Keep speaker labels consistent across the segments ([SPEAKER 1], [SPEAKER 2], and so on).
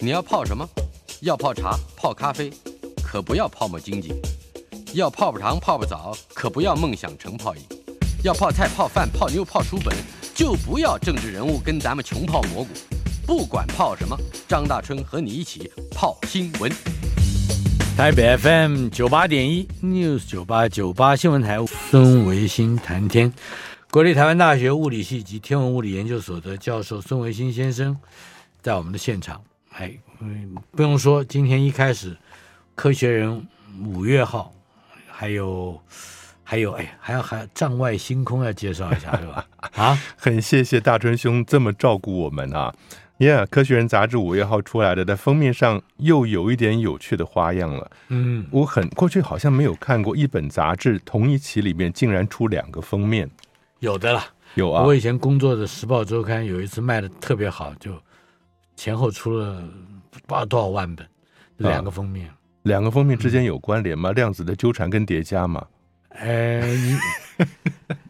[SPEAKER 1] 你要泡什么？要泡茶、泡咖啡，可不要泡沫经济；要泡泡糖、泡泡澡，可不要梦想成泡影；要泡菜、泡饭、泡妞、泡书本，就不要政治人物跟咱们穷泡蘑菇。不管泡什么，张大春和你一起泡新闻。
[SPEAKER 2] 台北 FM 九八点一 News 九八九八新闻台，孙维新谈天。国立台湾大学物理系及天文物理研究所的教授孙维新先生在我们的现场。哎，嗯不用说，今天一开始，《科学人》五月号，还有还有，哎，还要还帐外星空要介绍一下是吧？啊，
[SPEAKER 3] 很谢谢大春兄这么照顾我们啊！耶、yeah,，《科学人》杂志五月号出来的，在封面上又有一点有趣的花样了。
[SPEAKER 2] 嗯，
[SPEAKER 3] 我很过去好像没有看过一本杂志同一期里面竟然出两个封面，
[SPEAKER 2] 有的啦。
[SPEAKER 3] 有啊
[SPEAKER 2] 我，以前工作的《时报周刊》有一次卖的特别好，就前后出了不知道多少万本，
[SPEAKER 3] 啊
[SPEAKER 2] 两个封面。
[SPEAKER 3] 两个封面之间有关联吗？量子的纠缠跟叠加嘛？
[SPEAKER 2] 哎， 你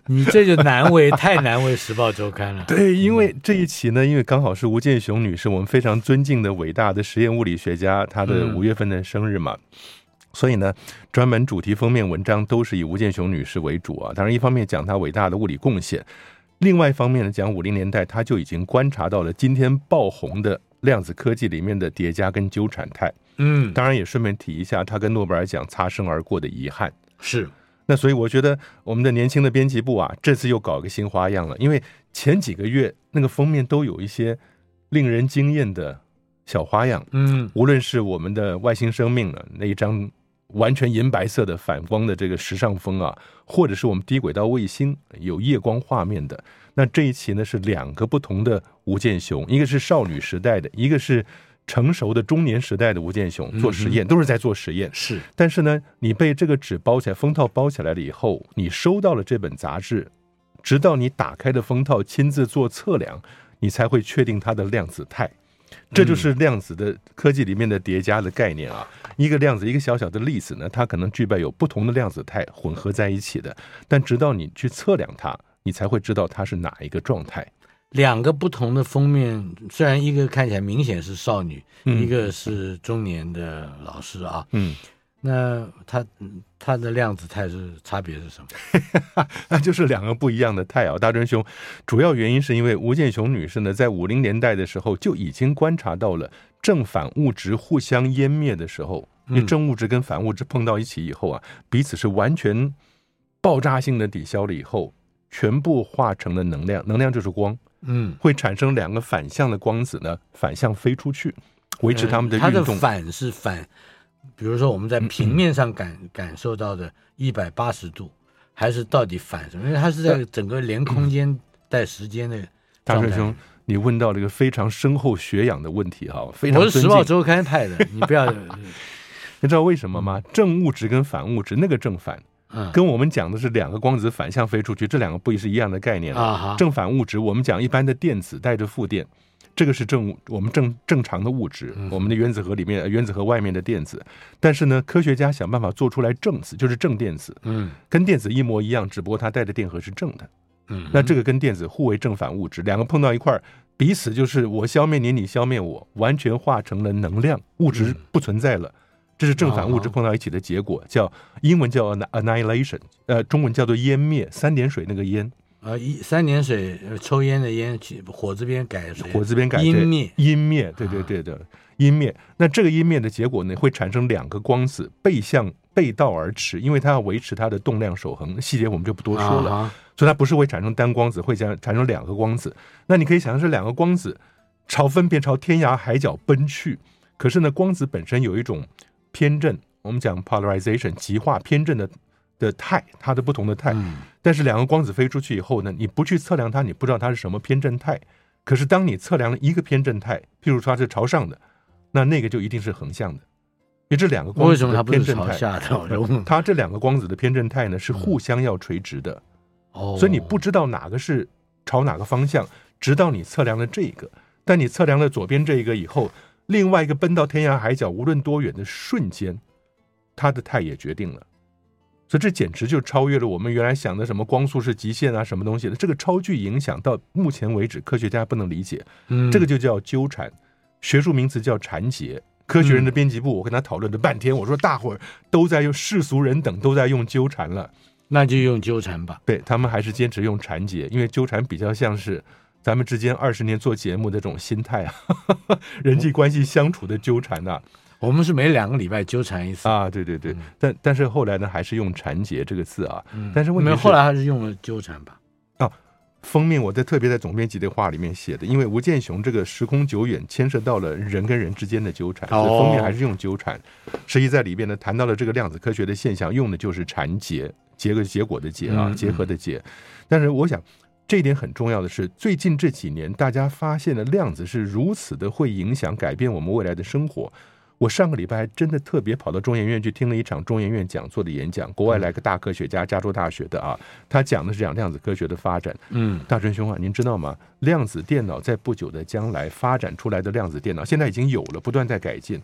[SPEAKER 2] 你这就难为太难为《时报周刊》了。
[SPEAKER 3] 对，因为这一期呢，因为刚好是吴健雄女士，我们非常尊敬的伟大的实验物理学家，她的
[SPEAKER 2] 嗯
[SPEAKER 3] 五月份的生日嘛，所以呢，专门主题封面文章都是以吴健雄女士为主啊。当然，一方面讲她伟大的物理贡献，另外一方面呢，讲五零年代她就已经观察到了今天爆红的量子科技里面的叠加跟纠缠态。
[SPEAKER 2] 嗯，
[SPEAKER 3] 当然，也顺便提一下她跟诺贝尔奖擦身而过的遗憾。
[SPEAKER 2] 是
[SPEAKER 3] 那所以我觉得我们的年轻的编辑部啊，这次又搞个新花样了，因为前几个月那个封面都有一些令人惊艳的小花样，
[SPEAKER 2] 嗯
[SPEAKER 3] 无论是我们的外星生命了那一张完全银白色的反光的这个时尚风啊，或者是我们低轨道卫星有夜光画面的。那这一期呢是两个不同的吴健雄，一个是少女时代的，一个是成熟的中年时代的吴健雄做实验，都是在做实验。
[SPEAKER 2] 是
[SPEAKER 3] 但是呢，你被这个纸包起来，封套包起来了以后，你收到了这本杂志，直到你打开的封套亲自做测量，你才会确定它的量子态。这就是量子的科技里面的叠加的概念啊。一个量子，一个小小的粒子呢，它可能具备有不同的量子态混合在一起的，但直到你去测量它，你才会知道它是哪一个状态。
[SPEAKER 2] 两个不同的封面，虽然一个看起来明显是少女，
[SPEAKER 3] 嗯
[SPEAKER 2] 一个是中年的老师啊，
[SPEAKER 3] 嗯，
[SPEAKER 2] 那它嗯它的量子态是差别是什么？
[SPEAKER 3] 那就是两个不一样的太阳大真兄，主要原因是因为吴健雄女士呢，在五零年代的时候就已经观察到了正反物质互相湮灭的时候，因为
[SPEAKER 2] 嗯
[SPEAKER 3] 正物质跟反物质碰到一起以后啊，彼此是完全爆炸性的抵消了以后，全部化成了能量，能量就是光，
[SPEAKER 2] 嗯，
[SPEAKER 3] 会产生两个反向的光子呢，反向飞出去，维持它们的
[SPEAKER 2] 呃嗯它的
[SPEAKER 3] 运动。嗯
[SPEAKER 2] 反是反，比如说我们在平面上感、感受到的一百八十度，还是到底反什么？因为它是在整个连空间带时间的
[SPEAKER 3] 大
[SPEAKER 2] 状
[SPEAKER 3] 真
[SPEAKER 2] 态。
[SPEAKER 3] 兄，你问到了一个非常深厚学养的问题哈，非常
[SPEAKER 2] 我是《
[SPEAKER 3] 尊
[SPEAKER 2] 时
[SPEAKER 3] 敬
[SPEAKER 2] 报周刊》派 的，你不要，
[SPEAKER 3] 你知道为什么吗？正物质跟反物质那个正反，
[SPEAKER 2] 嗯，
[SPEAKER 3] 跟我们讲的是两个光子反向飞出去，这两个不是一样的概念
[SPEAKER 2] 啊哈
[SPEAKER 3] 正反物质，我们讲一般的电子带着负电，这个是正物，我们正正常的物质，我们的原子核里面、呃原子核外面的电子。但是呢，科学家想办法做出来正子，就是正电子，
[SPEAKER 2] 嗯
[SPEAKER 3] 跟电子一模一样，只不过它带的电荷是正的。
[SPEAKER 2] 嗯，
[SPEAKER 3] 那这个跟电子互为正反物质，两个碰到一块儿，彼此就是我消灭你，你消灭我，完全化成了能量，物
[SPEAKER 2] 嗯
[SPEAKER 3] 质不存在了。这是正反物质
[SPEAKER 2] 哦
[SPEAKER 3] 碰到一起的结果，叫英文叫 anni- annihilation，呃，中文叫做湮灭，三点水那个湮，
[SPEAKER 2] 呃，一三点水，呃抽烟的烟，起火字边改水，
[SPEAKER 3] 火字边改
[SPEAKER 2] 阴
[SPEAKER 3] 对
[SPEAKER 2] 灭啊
[SPEAKER 3] 阴灭，对对对的，阴灭。那这个阴灭的结果呢，会产生两个光子背向背道而驰，因为它要维持它的动量守恒，细节我们就不多说了。
[SPEAKER 2] 啊哈
[SPEAKER 3] 所以它不是会产生单光子，会产产生两个光子。那你可以想象是两个光子朝分别朝天涯海角奔去，可是呢，光子本身有一种偏振，我们讲 polarization 极化偏振的的态，它的不同的态。
[SPEAKER 2] 嗯
[SPEAKER 3] 但是两个光子飞出去以后呢，你不去测量它，你不知道它是什么偏振态。可是当你测量了一个偏振态，譬如说它是朝上的，那那个就一定是横向的。因为这两个光
[SPEAKER 2] 为
[SPEAKER 3] 子
[SPEAKER 2] 什么它
[SPEAKER 3] 的
[SPEAKER 2] 不是
[SPEAKER 3] 偏振
[SPEAKER 2] 朝
[SPEAKER 3] 态，
[SPEAKER 2] 下的？我就问。
[SPEAKER 3] 它这两个光子的偏振态呢是互相要垂直的。
[SPEAKER 2] 哦，
[SPEAKER 3] 所以你不知道哪个是朝哪个方向，直到你测量了这个。但你测量了左边这一个以后，另外一个奔到天涯海角，无论多远的瞬间，它的态也决定了。所以这简直就超越了我们原来想的什么光速是极限啊，什么东西的。这个超距影响到目前为止，科学家不能理解，
[SPEAKER 2] 嗯
[SPEAKER 3] 这个就叫纠缠。学术名词叫缠结。科学人的编辑部，我跟他讨论了半天，我说大伙儿都在用世俗人等都在用纠缠了，
[SPEAKER 2] 那就用纠缠吧。
[SPEAKER 3] 对他们还是坚持用缠结，因为纠缠比较像是咱们之间二十年做节目的这种心态啊， 人际关系相处的纠缠呐、
[SPEAKER 2] 我们是每两个礼拜纠缠一次，
[SPEAKER 3] 啊，对对对，但但是后来呢，还是用缠结这个字啊，
[SPEAKER 2] 嗯
[SPEAKER 3] 但是问题
[SPEAKER 2] 没有
[SPEAKER 3] 是
[SPEAKER 2] 后来还是用了纠缠吧。
[SPEAKER 3] 封面我在特别在总编辑的话里面写的，因为吴建雄这个时空久远牵涉到了人跟人之间的纠缠，所以
[SPEAKER 2] 哦
[SPEAKER 3] 封面还是用纠缠。实际在里边呢，谈到了这个量子科学的现象，用的就是缠结，结个结果的结啊，
[SPEAKER 2] 嗯
[SPEAKER 3] 结合的结。但是我想。这一点很重要的是，最近这几年大家发现的量子是如此的会影响、改变我们未来的生活。我上个礼拜还真的特别跑到中研院去听了一场中研院讲座的演讲，国外来个大科学家，加州大学的啊，他讲的是讲量子科学的发展。
[SPEAKER 2] 嗯，
[SPEAKER 3] 大春兄啊，您知道吗？量子电脑在不久的将来发展出来的量子电脑，现在已经有了，不断在改进。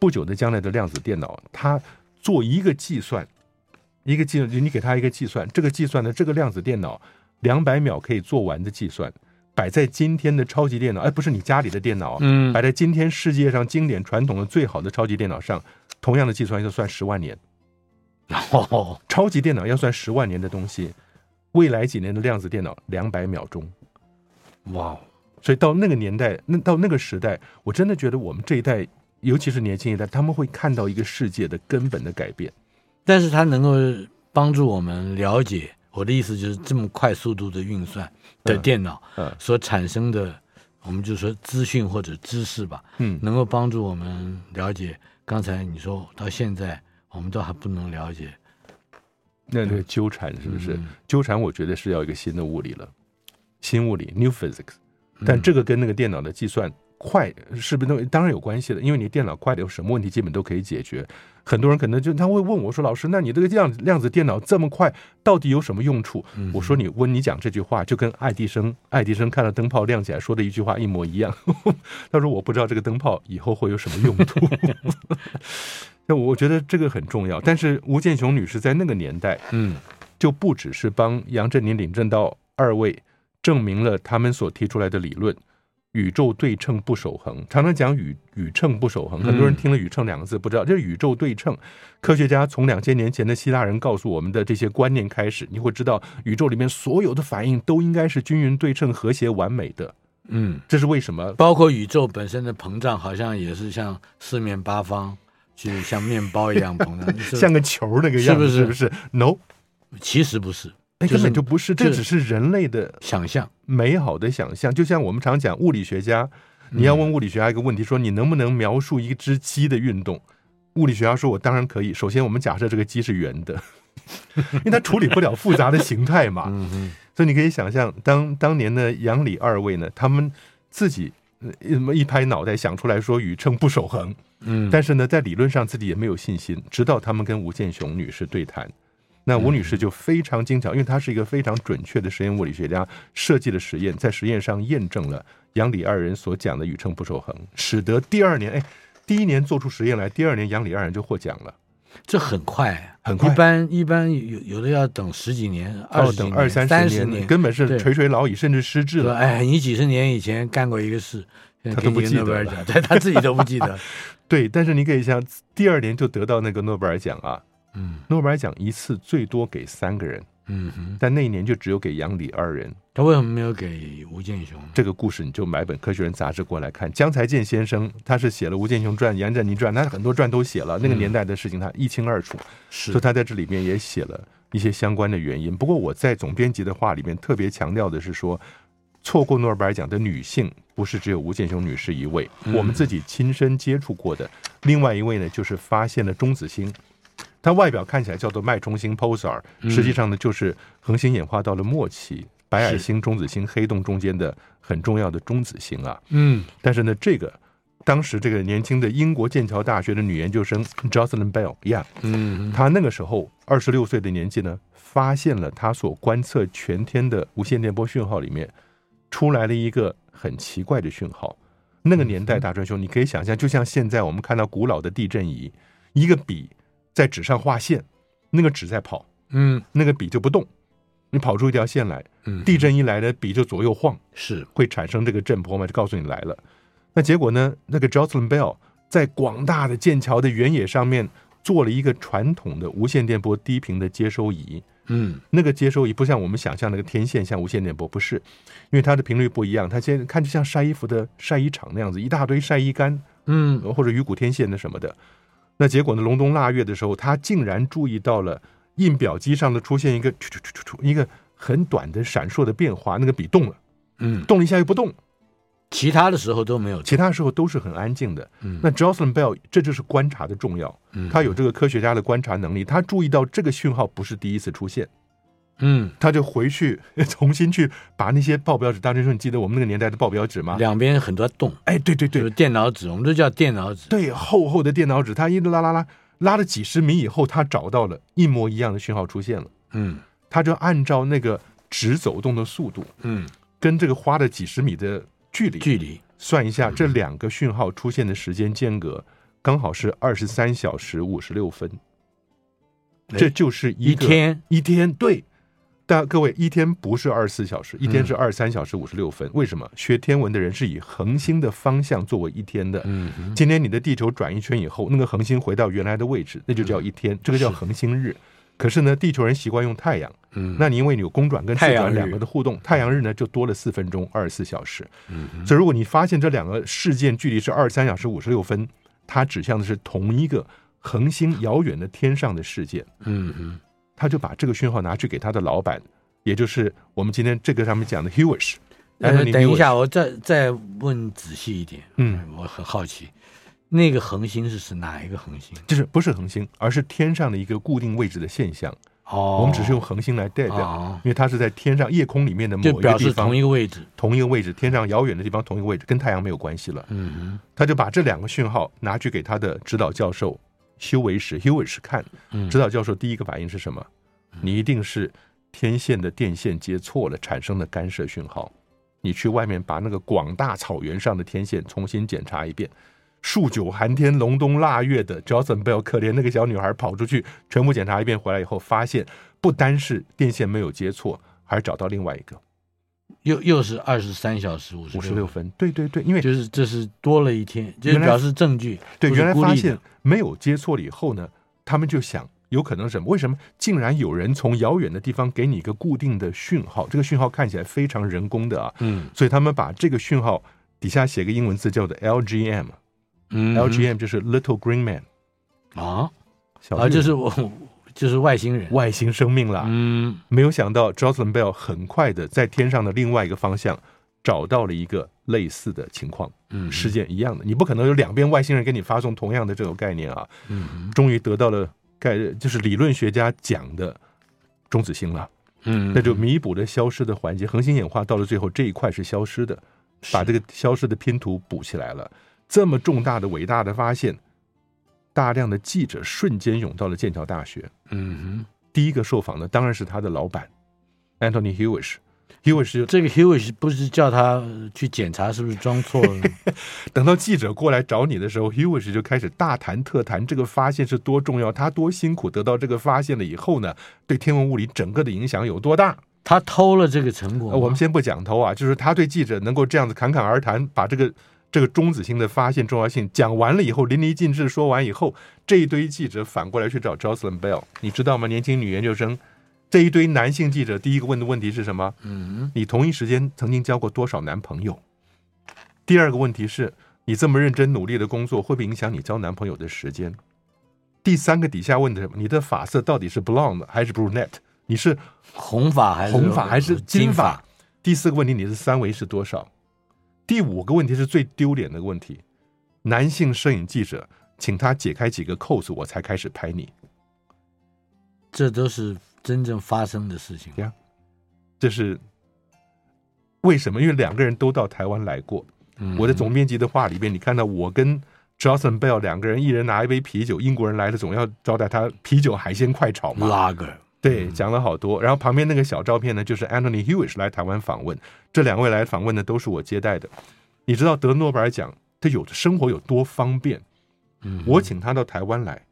[SPEAKER 3] 不久的将来的量子电脑，它做一个计算，一个计算，你给它一个计算，这个计算呢，这个量子电脑两百秒可以做完的计算，摆在今天的超级电脑，哎，不是你家里的电脑啊，
[SPEAKER 2] 嗯
[SPEAKER 3] 摆在今天世界上经典传统的最好的超级电脑上，同样的计算要算十万年。
[SPEAKER 2] 哦，
[SPEAKER 3] 超级电脑要算十万年的东西，未来几年的量子电脑两百秒钟。
[SPEAKER 2] 哇，哦
[SPEAKER 3] 所以到那个年代，那到那个时代，我真的觉得我们这一代，尤其是年轻一代，他们会看到一个世界的根本的改变。
[SPEAKER 2] 但是它能够帮助我们了解，我的意思就是这么快速度的运算的
[SPEAKER 3] 嗯
[SPEAKER 2] 电脑
[SPEAKER 3] 嗯
[SPEAKER 2] 所产生的，我们就说资讯或者知识吧，
[SPEAKER 3] 嗯，
[SPEAKER 2] 能够帮助我们了解。刚才你说到现在，我们都还不能了解，
[SPEAKER 3] 那那个纠缠是不是？
[SPEAKER 2] 嗯
[SPEAKER 3] 纠缠，我觉得是要一个新的物理了，新物理 （new physics）。但这个跟那个电脑的计算快是不是都当然有关系了？因为你电脑快了，有什么问题基本都可以解决。很多人可能就他会问我说：“老师，那你这个量量子电脑这么快，到底有什么用处？”我说：“你问你讲这句话，就跟爱迪生爱迪生看到灯泡亮起来说的一句话一模一样。” 他说：“我不知道这个灯泡以后会有什么用途。” 那我觉得这个很重要。但是吴建雄女士在那个年代，
[SPEAKER 2] 嗯，
[SPEAKER 3] 就不只是帮杨振宁、领证到二位证明了他们所提出来的理论。宇宙对称不守恒，常常讲宇宇称不守
[SPEAKER 2] 嗯
[SPEAKER 3] 恒，很多人听了宇称两个字不知道，这是宇宙对称。科学家从两千年前的希腊人告诉我们的这些观念开始，你会知道宇宙里面所有的反应都应该是均匀、对称、和谐、完美的。
[SPEAKER 2] 嗯，
[SPEAKER 3] 这是为什么？
[SPEAKER 2] 包括宇宙本身的膨胀，好像也是像四面八方，就是像面包一样膨胀，是
[SPEAKER 3] 像个球那个样子，
[SPEAKER 2] 是
[SPEAKER 3] 是
[SPEAKER 2] 不
[SPEAKER 3] 不是？No，
[SPEAKER 2] 其实不是
[SPEAKER 3] 那
[SPEAKER 2] 就是
[SPEAKER 3] 根本就不是，这
[SPEAKER 2] 就是
[SPEAKER 3] 只是人类的
[SPEAKER 2] 想象，
[SPEAKER 3] 美好的想象，就像我们常讲物理学家，
[SPEAKER 2] 嗯
[SPEAKER 3] 你要问物理学家一个问题，说你能不能描述一只鸡的运动？物理学家说，我当然可以。首先，我们假设这个鸡是圆的， 因为它处理不了复杂的形态嘛。
[SPEAKER 2] 嗯哼，
[SPEAKER 3] 所以你可以想象，当当年的杨李二位呢，他们自己呃一拍脑袋想出来说宇称不守恒，
[SPEAKER 2] 嗯，
[SPEAKER 3] 但是呢，在理论上自己也没有信心，直到他们跟吴健雄女士对谈。那
[SPEAKER 2] 嗯
[SPEAKER 3] 吴女士就非常精巧，因为她是一个非常准确的实验物理学家，设计的实验在实验上验证了杨李二人所讲的宇称不守恒，使得第二年，哎，第一年做出实验来，第二年杨李二人就获奖了，
[SPEAKER 2] 这很快，
[SPEAKER 3] 很快
[SPEAKER 2] 一般一般有有的要等十几年、二
[SPEAKER 3] 要
[SPEAKER 2] 十几
[SPEAKER 3] 哦等
[SPEAKER 2] 年、
[SPEAKER 3] 二三
[SPEAKER 2] 十
[SPEAKER 3] 年，根本
[SPEAKER 2] 对
[SPEAKER 3] 是垂垂老矣，甚至失智
[SPEAKER 2] 说
[SPEAKER 3] 了。
[SPEAKER 2] 哎，你几十年以前干过一个事，现在
[SPEAKER 3] 他都不
[SPEAKER 2] 给你个
[SPEAKER 3] 记得
[SPEAKER 2] 诺贝尔奖，对他自己都不记得。
[SPEAKER 3] 对，但是你可以想，第二年就得到那个诺贝尔奖啊，
[SPEAKER 2] 嗯
[SPEAKER 3] 诺贝尔奖一次最多给三个人，
[SPEAKER 2] 嗯哼，
[SPEAKER 3] 但那一年就只有给杨李二人，
[SPEAKER 2] 他为什么没有给吴建雄呢？
[SPEAKER 3] 这个故事你就买本《科学人》杂志过来看。江才建先生他是写了吴建雄传、杨振宁传，他很多传都写了，那个年代的事情他一清二楚，所以
[SPEAKER 2] 是
[SPEAKER 3] 他在这里面也写了一些相关的原因。不过我在总编辑的话里面特别强调的是说，错过诺贝尔奖的女性不是只有吴建雄女士一位，我
[SPEAKER 2] 嗯
[SPEAKER 3] 们自己亲身接触过的另外一位呢，就是发现了中子星。它外表看起来叫做脉冲星 （pulsar），实
[SPEAKER 2] 嗯
[SPEAKER 3] 际上呢就是恒星演化到了末期，白矮
[SPEAKER 2] 是
[SPEAKER 3] 星、中子星、黑洞中间的很重要的中子星啊。
[SPEAKER 2] 嗯
[SPEAKER 3] 但是呢，这个当时这个年轻的英国剑桥大学的女研究生 Jocelyn Bell，yeah，
[SPEAKER 2] 嗯
[SPEAKER 3] 她那个时候二十六岁的年纪呢，发现了她所观测全天的无线电波讯号里面出来了一个很奇怪的讯号。那
[SPEAKER 2] 嗯
[SPEAKER 3] 个年代，大川兄，你可以想象，就像现在我们看到古老的地震仪，一个笔在纸上画线，那个纸在跑，
[SPEAKER 2] 嗯
[SPEAKER 3] 那个笔就不动，你跑出一条线来，
[SPEAKER 2] 嗯，
[SPEAKER 3] 地震一来呢，笔就左右晃，
[SPEAKER 2] 是
[SPEAKER 3] 会产生这个震波嘛，就告诉你来了。那结果呢，那个 Jocelyn Bell 在广大的剑桥的原野上面做了一个传统的无线电波低频的接收仪。
[SPEAKER 2] 嗯
[SPEAKER 3] 那个接收仪不像我们想象那个天线像无线电波，不是，因为它的频率不一样。它先看就像晒衣服的晒衣场那样子，一大堆晒衣杆，
[SPEAKER 2] 嗯
[SPEAKER 3] 或者鱼骨天线的什么的。那结果呢？隆冬腊月的时候，他竟然注意到了印表机上的出现一个突突突突突一个很短的闪烁的变化，那个笔动了，
[SPEAKER 2] 嗯，
[SPEAKER 3] 动了一下又不动，
[SPEAKER 2] 其他的时候都没有。
[SPEAKER 3] 其他时候都是很安静的。
[SPEAKER 2] 嗯
[SPEAKER 3] 那 Jocelyn Bell 这就是观察的重要，
[SPEAKER 2] 嗯
[SPEAKER 3] 他有这个科学家的观察能力，他注意到这个讯号不是第一次出现，
[SPEAKER 2] 嗯，
[SPEAKER 3] 他就回去 重新去把那些报表纸，大学生你记得我们那个年代的报表纸吗？
[SPEAKER 2] 两边很多洞，
[SPEAKER 3] 哎，对对
[SPEAKER 2] 就
[SPEAKER 3] 对
[SPEAKER 2] 是电脑纸，我们都叫电脑纸。
[SPEAKER 3] 对，厚厚的电脑纸，他一拉拉拉拉了几十米以后，他找到了一模一样的讯号出现了。
[SPEAKER 2] 嗯
[SPEAKER 3] 他就按照那个直走动的速度，
[SPEAKER 2] 嗯，
[SPEAKER 3] 跟这个花的几十米的距离
[SPEAKER 2] 距离
[SPEAKER 3] 算一下，这两个讯号出现的时间间隔刚好是二十三小时五十六分，
[SPEAKER 2] 哎
[SPEAKER 3] 这就是
[SPEAKER 2] 一
[SPEAKER 3] 个
[SPEAKER 2] 天。
[SPEAKER 3] 一天对。但各位，一天不是二十四小时，一天
[SPEAKER 2] 嗯
[SPEAKER 3] 是二十三小时五十六分。为什么？学天文的人是以恒星的方向作为一天的。
[SPEAKER 2] 嗯哼
[SPEAKER 3] 今天你的地球转一圈以后，那个恒星回到原来的位置，那就叫一天，这个
[SPEAKER 2] 嗯
[SPEAKER 3] 叫
[SPEAKER 2] 是
[SPEAKER 3] 恒星日。可是呢，地球人习惯用太阳。
[SPEAKER 2] 嗯，
[SPEAKER 3] 那你因为你有公转跟自
[SPEAKER 2] 太阳
[SPEAKER 3] 转
[SPEAKER 2] 日
[SPEAKER 3] 两个的互动，太阳日呢就多了四分钟，二十四小时。
[SPEAKER 2] 嗯哼
[SPEAKER 3] 所以如果你发现这两个事件距离是二十三小时五十六分，它指向的是同一个恒星遥远的天上的事件，
[SPEAKER 2] 嗯哼
[SPEAKER 3] 他就把这个讯号拿去给他的老板，也就是我们今天这个上面讲的 Hewish。
[SPEAKER 2] 呃等一，下，我再再问仔细一点。
[SPEAKER 3] 嗯，
[SPEAKER 2] 我很好奇，那个恒星是是哪一个恒星？
[SPEAKER 3] 就是不是恒星，而是天上的一个固定位置的现象。
[SPEAKER 2] 哦，
[SPEAKER 3] 我们只是用恒星来代表，
[SPEAKER 2] 哦，
[SPEAKER 3] 因为它是在天上夜空里面的某
[SPEAKER 2] 就
[SPEAKER 3] 一个
[SPEAKER 2] 表
[SPEAKER 3] 地
[SPEAKER 2] 示
[SPEAKER 3] 方
[SPEAKER 2] 同，一个位置。
[SPEAKER 3] 同一个位置，天上遥远的地方同一个位置，跟太阳没有关系了。
[SPEAKER 2] 嗯
[SPEAKER 3] 他就把这两个讯号拿去给他的指导教授修维什 Hewish 看。
[SPEAKER 2] 嗯
[SPEAKER 3] 指导教授第一个反应是什么？你一定是天线的电线接错了产生的干涉讯号。你去外面把那个广大草原上的天线重新检查一遍。数九寒天、隆冬腊月的 Johnson Bell，可怜那个小女孩跑出去，全部检查一遍回来以后，发现不单是电线没有接错，还找到另外一个
[SPEAKER 2] 哼，又又是二十三小时五十
[SPEAKER 3] 五十六，分。对对对，因为
[SPEAKER 2] 就是这是多了一天，就是
[SPEAKER 3] 原来
[SPEAKER 2] 表示证据。
[SPEAKER 3] 对，
[SPEAKER 2] 不是
[SPEAKER 3] 原来
[SPEAKER 2] 孤立
[SPEAKER 3] 发
[SPEAKER 2] 的
[SPEAKER 3] 现没有接错了以后呢，他们就想，有可能是什么？为什么竟然有人从遥远的地方给你一个固定的讯号？这个讯号看起来非常人工的啊，
[SPEAKER 2] 嗯
[SPEAKER 3] 所以他们把这个讯号底下写个英文字叫做 LGM，LGM、
[SPEAKER 2] 嗯
[SPEAKER 3] LGM 就是 Little Green Man，
[SPEAKER 2] 啊
[SPEAKER 3] 小
[SPEAKER 2] 啊，
[SPEAKER 3] 绿
[SPEAKER 2] 就是我就是外星人。
[SPEAKER 3] 外星生命啦。
[SPEAKER 2] 嗯
[SPEAKER 3] 没有想到 Jocelyn Bell 很快的在天上的另外一个方向找到了一个类似的情况。
[SPEAKER 2] 嗯，
[SPEAKER 3] 事件一样的，你不可能有两边外星人给你发送同样的这种概念啊。
[SPEAKER 2] 嗯
[SPEAKER 3] 终于得到了概就是理论学家讲的中子星了，
[SPEAKER 2] 嗯，
[SPEAKER 3] 那就弥补了消失的环节。恒星演化到了最后这一块是消失的，把这个消失的拼图补起来了。这么重大的伟大的发现，大量的记者瞬间涌到了剑桥大学。
[SPEAKER 2] 嗯
[SPEAKER 3] 第一个受访的当然是他的老板 Anthony Hewish。Hewish
[SPEAKER 2] 嗯哼，这个 Hewish 不是叫他去检查是不是装错了吗？
[SPEAKER 3] 等到记者过来找你的时候，Hewish 就开始大谈特谈这个发现是多重要，他多辛苦得到这个发现了以后呢，对天文物理整个的影响有多大。
[SPEAKER 2] 他偷了这个成果吗。
[SPEAKER 3] 呃我们先不讲头啊，就是他对记者能够这样子侃侃而谈，把这个这个中子星的发现重要性讲完了以后，淋漓尽致说完以后，这一堆记者反过来去找 Jocelyn Bell，你知道吗？年轻女研究生，这一堆男性记者第一个问的问题是什么？
[SPEAKER 2] 嗯
[SPEAKER 3] 你同一时间曾经交过多少男朋友？第二个问题是你这么认真努力的工作，会不会影响你交男朋友的时间？第三个底下问的是什么？你的发色到底是 blonde 还是 brunette？你是
[SPEAKER 2] 红发还是
[SPEAKER 3] 红发还是金
[SPEAKER 2] 金
[SPEAKER 3] 发？？第四个问题，你的三围是多少？第五个问题是最丢脸的问题，男性摄影记者，请他解开几个扣子，我才开始拍你。
[SPEAKER 2] 这都是真正发生的事情。
[SPEAKER 3] 这是为什么？因为两个人都到台湾来过，
[SPEAKER 2] 嗯
[SPEAKER 3] 我的总编辑的话里边，你看到我跟 Johnson Bell 两个人，一人拿一杯啤酒，英国人来了总要招待他啤酒海鲜快炒嘛。
[SPEAKER 2] Lager，
[SPEAKER 3] 对，讲了好多。然后旁边那个小照片呢，就是 Anthony Hewish 来台湾访问，这两位来访问的都是我接待的。你知道得诺贝尔奖，他有的生活有多方便？
[SPEAKER 2] 嗯
[SPEAKER 3] 我请他到台湾来，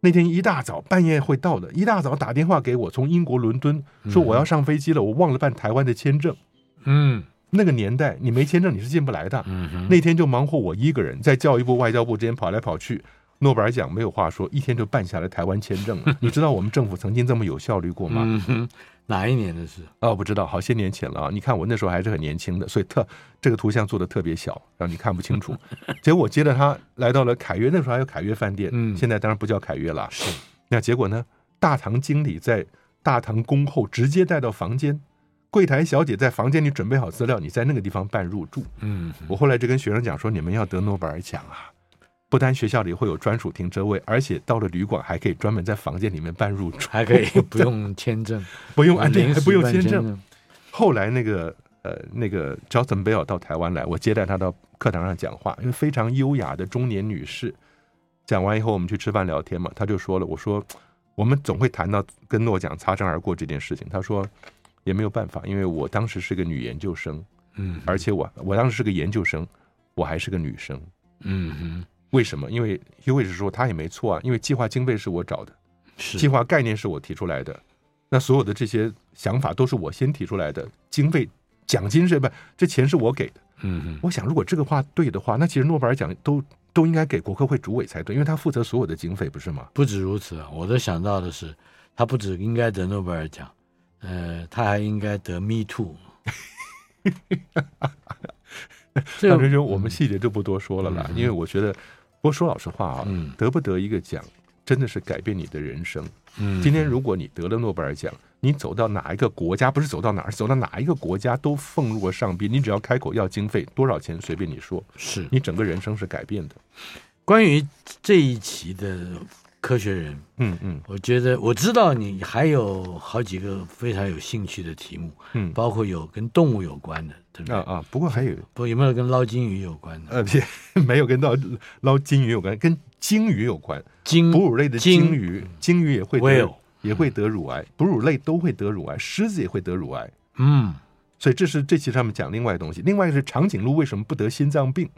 [SPEAKER 3] 那天一大早半夜会到的，一大早打电话给我，从英国伦敦说我要上飞机了，我忘了办台湾的签证。
[SPEAKER 2] 嗯
[SPEAKER 3] 那个年代，你没签证你是进不来的。那天就忙活我一个人，在教育部、外交部之间跑来跑去。诺贝尔奖没有话说，一天就办下来台湾签证了。你知道我们政府曾经这么有效率过吗？
[SPEAKER 2] 嗯哼，哪一年的事？
[SPEAKER 3] 哦，不知道，好些年前了啊！你看我那时候还是很年轻的，所以特这个图像做的特别小，让你看不 清楚。结果我接着他来到了凯悦，那时候还有凯悦饭店，
[SPEAKER 2] 嗯
[SPEAKER 3] 现在当然不叫凯悦了。是，那结果呢？大堂经理在大堂恭候，直接带到房间，柜台小姐在房间里准备好资料，你在那个地方办入住。
[SPEAKER 2] 嗯
[SPEAKER 3] 我后来就跟学生讲说，你们要得诺贝尔奖啊，不单学校里会有专属停车位，而且到了旅馆还可以专门在房间里面办入住，
[SPEAKER 2] 还可以 不 用签证，
[SPEAKER 3] 不用
[SPEAKER 2] 啊
[SPEAKER 3] 按
[SPEAKER 2] 临
[SPEAKER 3] 还
[SPEAKER 2] 时
[SPEAKER 3] 不用
[SPEAKER 2] 办
[SPEAKER 3] 签
[SPEAKER 2] 签
[SPEAKER 3] 证。。后来那个呃那个 Johnson Bell 到台湾来，我接待他到课堂上讲话，因为非常优雅的中年女士。讲完以后，我们去吃饭聊天嘛，他就说了，我说我们总会谈到跟诺奖擦身而过这件事情。他说也没有办法，因为我当时是个女研究生，
[SPEAKER 2] 嗯
[SPEAKER 3] 而且我我当时是个研究生，我还是个女生。
[SPEAKER 2] 嗯哼，
[SPEAKER 3] 为什么？因为 h u g 是说他也没错啊，因为计划经费是我找的，计
[SPEAKER 2] 是
[SPEAKER 3] 划概念是我提出来的，那所有的这些想法都是我先提出来的，经费、奖金是不？这钱是我给的。
[SPEAKER 2] 嗯哼，
[SPEAKER 3] 我想，如果这个话对的话，那其实诺贝尔奖都都应该给国科会主委才对，因为他负责所有的经费，不是吗？
[SPEAKER 2] 不止如此啊，我都想到的是，他不止应该得诺贝尔奖，呃，他还应该得 Me Too。这
[SPEAKER 3] 大
[SPEAKER 2] 个
[SPEAKER 3] 学生，我们细节就不多说了啦，因为我觉得，不过说老实话啊，
[SPEAKER 2] 嗯
[SPEAKER 3] 得不得一个奖，真的是改变你的人生。
[SPEAKER 2] 嗯
[SPEAKER 3] 今天如果你得了诺贝尔奖，你走到哪一个国家，不是走到哪儿，走到哪一个国家都奉若上宾。你只要开口要经费，多少钱随便你说，
[SPEAKER 2] 是
[SPEAKER 3] 你整个人生是改变的。
[SPEAKER 2] 关于这一期的科学人，
[SPEAKER 3] 嗯嗯
[SPEAKER 2] 我觉得我知道你还有好几个非常有兴趣的题目，
[SPEAKER 3] 嗯，
[SPEAKER 2] 包括有跟动物有关的，对不对？
[SPEAKER 3] 啊啊，不过还有
[SPEAKER 2] 不，有没有跟捞金鱼有关的？
[SPEAKER 3] 呃，别 没有跟到捞金鱼有关，跟鲸鱼有关，
[SPEAKER 2] 鲸
[SPEAKER 3] 哺乳类的
[SPEAKER 2] 嗯鲸
[SPEAKER 3] 鲸鱼，鲸鱼也会得
[SPEAKER 2] Whale
[SPEAKER 3] 也会得乳癌，哺乳类都会得乳癌，狮子也会得乳癌。
[SPEAKER 2] 嗯，
[SPEAKER 3] 所以这是这期他们讲另外的东西，另外是长颈鹿为什么不得心脏病？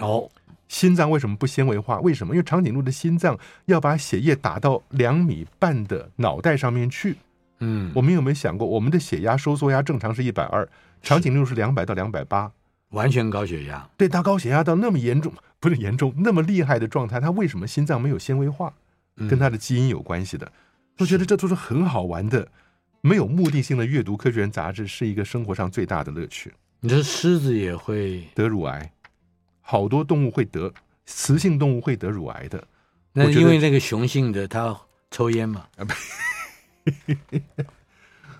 [SPEAKER 2] 哦，
[SPEAKER 3] 心脏为什么不纤维化？为什么？因为长颈鹿的心脏要把血液打到两米半的脑袋上面去。
[SPEAKER 2] 嗯，
[SPEAKER 3] 我们有没有想过，我们的血压、收缩压正常是一百二，长颈鹿是两百到两百八。
[SPEAKER 2] 完全高血压，
[SPEAKER 3] 对，它高血压到那么严重，不是严重，那么厉害的状态，它为什么心脏没有纤维化？
[SPEAKER 2] 嗯
[SPEAKER 3] 跟它的基因有关系的。我觉得这都是很好玩的，没有目的性的阅读《科学人》杂志是一个生活上最大的乐趣。
[SPEAKER 2] 你说狮子也会，
[SPEAKER 3] 得乳癌，好多动物会得，雌性动物会得乳癌的。
[SPEAKER 2] 那
[SPEAKER 3] 我觉得啊
[SPEAKER 2] 因为那个雄性的它抽烟嘛。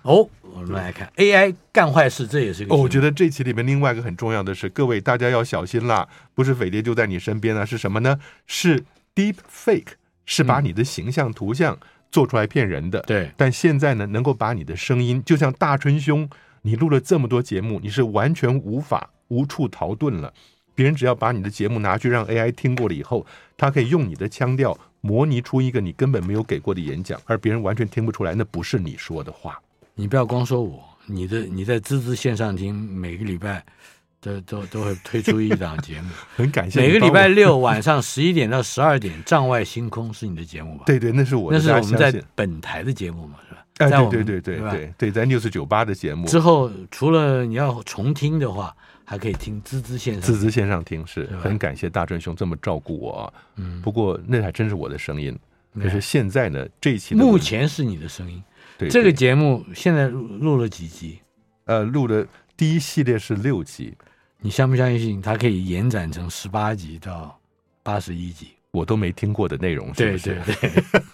[SPEAKER 2] 哦，我们来看 AI 干坏事，这也是个
[SPEAKER 3] 哦，我觉
[SPEAKER 2] 得
[SPEAKER 3] 得这期里面另外一个很重要的是，各位大家要小心啦，不是匪谍就在你身边啊，是什么呢？是 deep fake，是把你的形象图像做出来骗人的。
[SPEAKER 2] 嗯对，
[SPEAKER 3] 但现在呢，能够把你的声音，就像大春兄，你录了这么多节目，你是完全无法无处逃遁了。别人只要把你的节目拿去让 AI 听过了以后，他可以用你的腔调模拟出一个你根本没有给过的演讲，而别人完全听不出来那不是你说的话。
[SPEAKER 2] 你不要光说我，你的你在滋滋线上听，每个礼拜都都都会推出一档节目，
[SPEAKER 3] 很感谢你
[SPEAKER 2] 每个
[SPEAKER 3] 帮
[SPEAKER 2] 礼
[SPEAKER 3] 我
[SPEAKER 2] 拜六 晚上十一点到十二点，《帐外星空》是你的节目吧？，
[SPEAKER 3] 对对，那是我的，
[SPEAKER 2] 那是
[SPEAKER 3] 大
[SPEAKER 2] 我
[SPEAKER 3] 家
[SPEAKER 2] 们在
[SPEAKER 3] 相信
[SPEAKER 2] 本台的节目嘛，是吧？
[SPEAKER 3] 哎，
[SPEAKER 2] 在我们
[SPEAKER 3] 对对对对
[SPEAKER 2] 吧
[SPEAKER 3] 对对，在 news 酒吧的节目，
[SPEAKER 2] 之后除了你要重听的话，还可以听滋滋线上
[SPEAKER 3] 滋滋线上听是
[SPEAKER 2] 对吧
[SPEAKER 3] 很感谢大正兄这么照顾我啊。嗯，不过那还真是我的声音。
[SPEAKER 2] 对
[SPEAKER 3] 可是现在呢，这一期的我
[SPEAKER 2] 目
[SPEAKER 3] 们
[SPEAKER 2] 前是你的声音。
[SPEAKER 3] 对
[SPEAKER 2] 这个
[SPEAKER 3] 对
[SPEAKER 2] 节目现在录录了几集？
[SPEAKER 3] 呃录的第一系列是六集，
[SPEAKER 2] 你相不相信它可以延展成十八集到八十一集？
[SPEAKER 3] 我都没听过的内容，是不是？
[SPEAKER 2] 对对。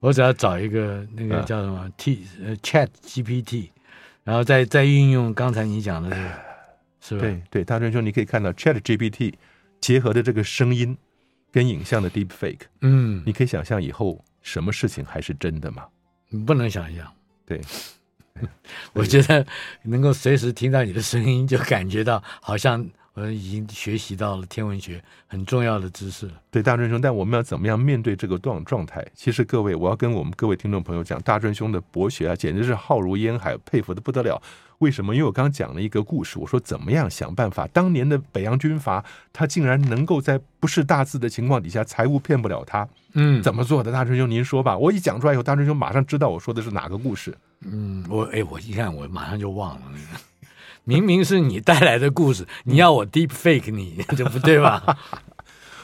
[SPEAKER 2] 我只要找一个那个
[SPEAKER 3] 嗯
[SPEAKER 2] 叫什么 T 呃 Chat GPT，然后再再运用刚才你讲的这个，是吧？
[SPEAKER 3] 对对，大正兄，你可以看到 Chat GPT 结合的这个声音跟影像的 Deep Fake，
[SPEAKER 2] 嗯，
[SPEAKER 3] 你可以想象以后什么事情还是真的吗？
[SPEAKER 2] 你不能想象。
[SPEAKER 3] 对，
[SPEAKER 2] 我觉得能够随时听到你的声音，就感觉到好像我已经学习到了天文学很重要的知识了。
[SPEAKER 3] 对大春兄，但我们要怎么样面对这个状状态？其实各位，我要跟我们各位听众朋友讲，大春兄的博学啊，简直是浩如烟海，佩服的不得了。为什么？因为我刚讲了一个故事，我说怎么样想办法，当年的北洋军阀，他竟然能够在不是大字的情况底下，财务骗不了他，
[SPEAKER 2] 嗯，
[SPEAKER 3] 怎么做的？大春兄，您说吧。我一讲出来以后，大春兄马上知道我说的是哪个故事。
[SPEAKER 2] 嗯，我哎，我一看我马上就忘了那个。 明明是你带来的故事，你要我 deep fake 你， 这不对 吧？